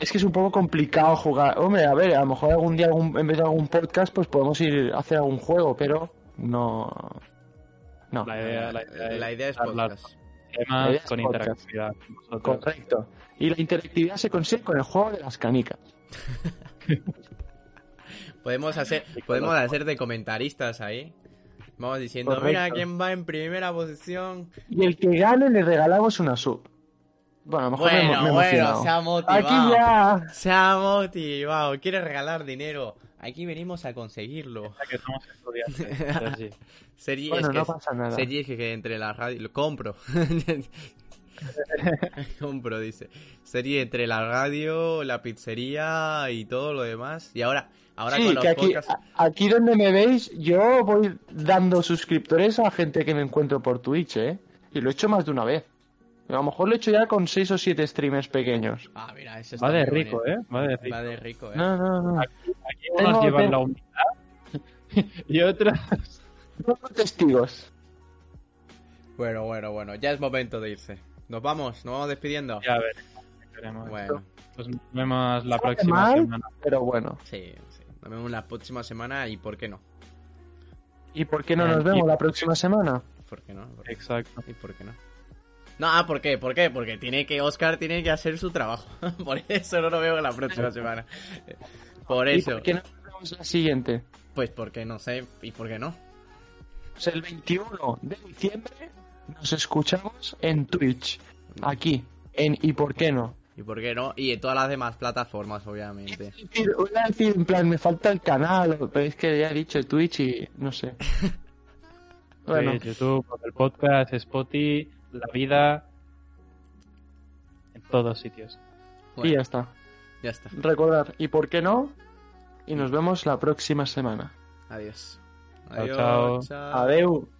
es que es un poco complicado jugar. Hombre, a ver, a lo mejor algún día, algún- en vez de algún podcast, pues podemos ir a hacer algún juego, pero no. No. La idea, la idea es Pues, eh, La idea es hablar podcast. temas La idea es con podcast. interactividad. con vosotros. Correcto. Y la interactividad se consigue con el juego de las canicas. Podemos hacer, podemos hacer de comentaristas ahí. Vamos diciendo, Correcto. mira quién va en primera posición. Y el que gane le regalamos una sub. Bueno, a lo mejor me- Bueno, me, he bueno, emocionado. se ha Aquí motivado. ya. Se ha motivado. Quiere regalar dinero. Aquí venimos a conseguirlo. Ya que somos *laughs* estudiantes. entonces sí. Sergi Bueno, es que, no pasa nada. Sergi es que entre la radio... Lo compro. *laughs* compro, dice. Sergi entre la radio, la pizzería y todo lo demás. Y ahora, ahora sí, con los que aquí, podcasts... a- aquí donde me veis, yo voy dando suscriptores a gente que me encuentro por Twitch, ¿eh? Y lo he hecho más de una vez. A lo mejor lo he hecho ya con 6 o 7 streamers pequeños. Ah, mira, eso está Va de muy rico, bonito. ¿eh? Va de rico. Va de rico, eh. No, no, no. Aquí unos Tengo- llevan tengo- la humildad *laughs* y otros... Tengo testigos. Bueno, bueno, bueno, ya es momento de irse. Nos vamos, nos vamos despidiendo. Ya veremos, veremos. Bueno, Pues nos vemos la Sabe próxima mal, semana. Pero bueno. sí, sí. Nos vemos la próxima semana y por qué no. ¿Y por qué no Bien, nos y- vemos la próxima semana? ¿Por qué no? ¿Por qué no? Exacto. ¿Y por qué no? No, ah, ¿por qué? ¿Por qué? Porque tiene que, Oscar tiene que hacer su trabajo. *laughs* Por eso no lo veo la próxima semana. Eh, Por ¿Y eso. por qué no hacemos la siguiente? Pues porque no sé, y por qué no. Pues el 21 de diciembre nos escuchamos en Twitch, aquí, en ¿Y por qué no? Y por qué no, y en todas las demás plataformas, obviamente. Es decir, voy a decir, en plan, me falta el canal, pero es que ya he dicho Twitch y no sé. Bueno, Sí, YouTube, el podcast, Spotify, la vida. En todos sitios. y ya Bueno, está. ya está. Recordar, ¿y por qué no? Y nos vemos la próxima semana. Adiós. Chao, chao. chao. Adeu.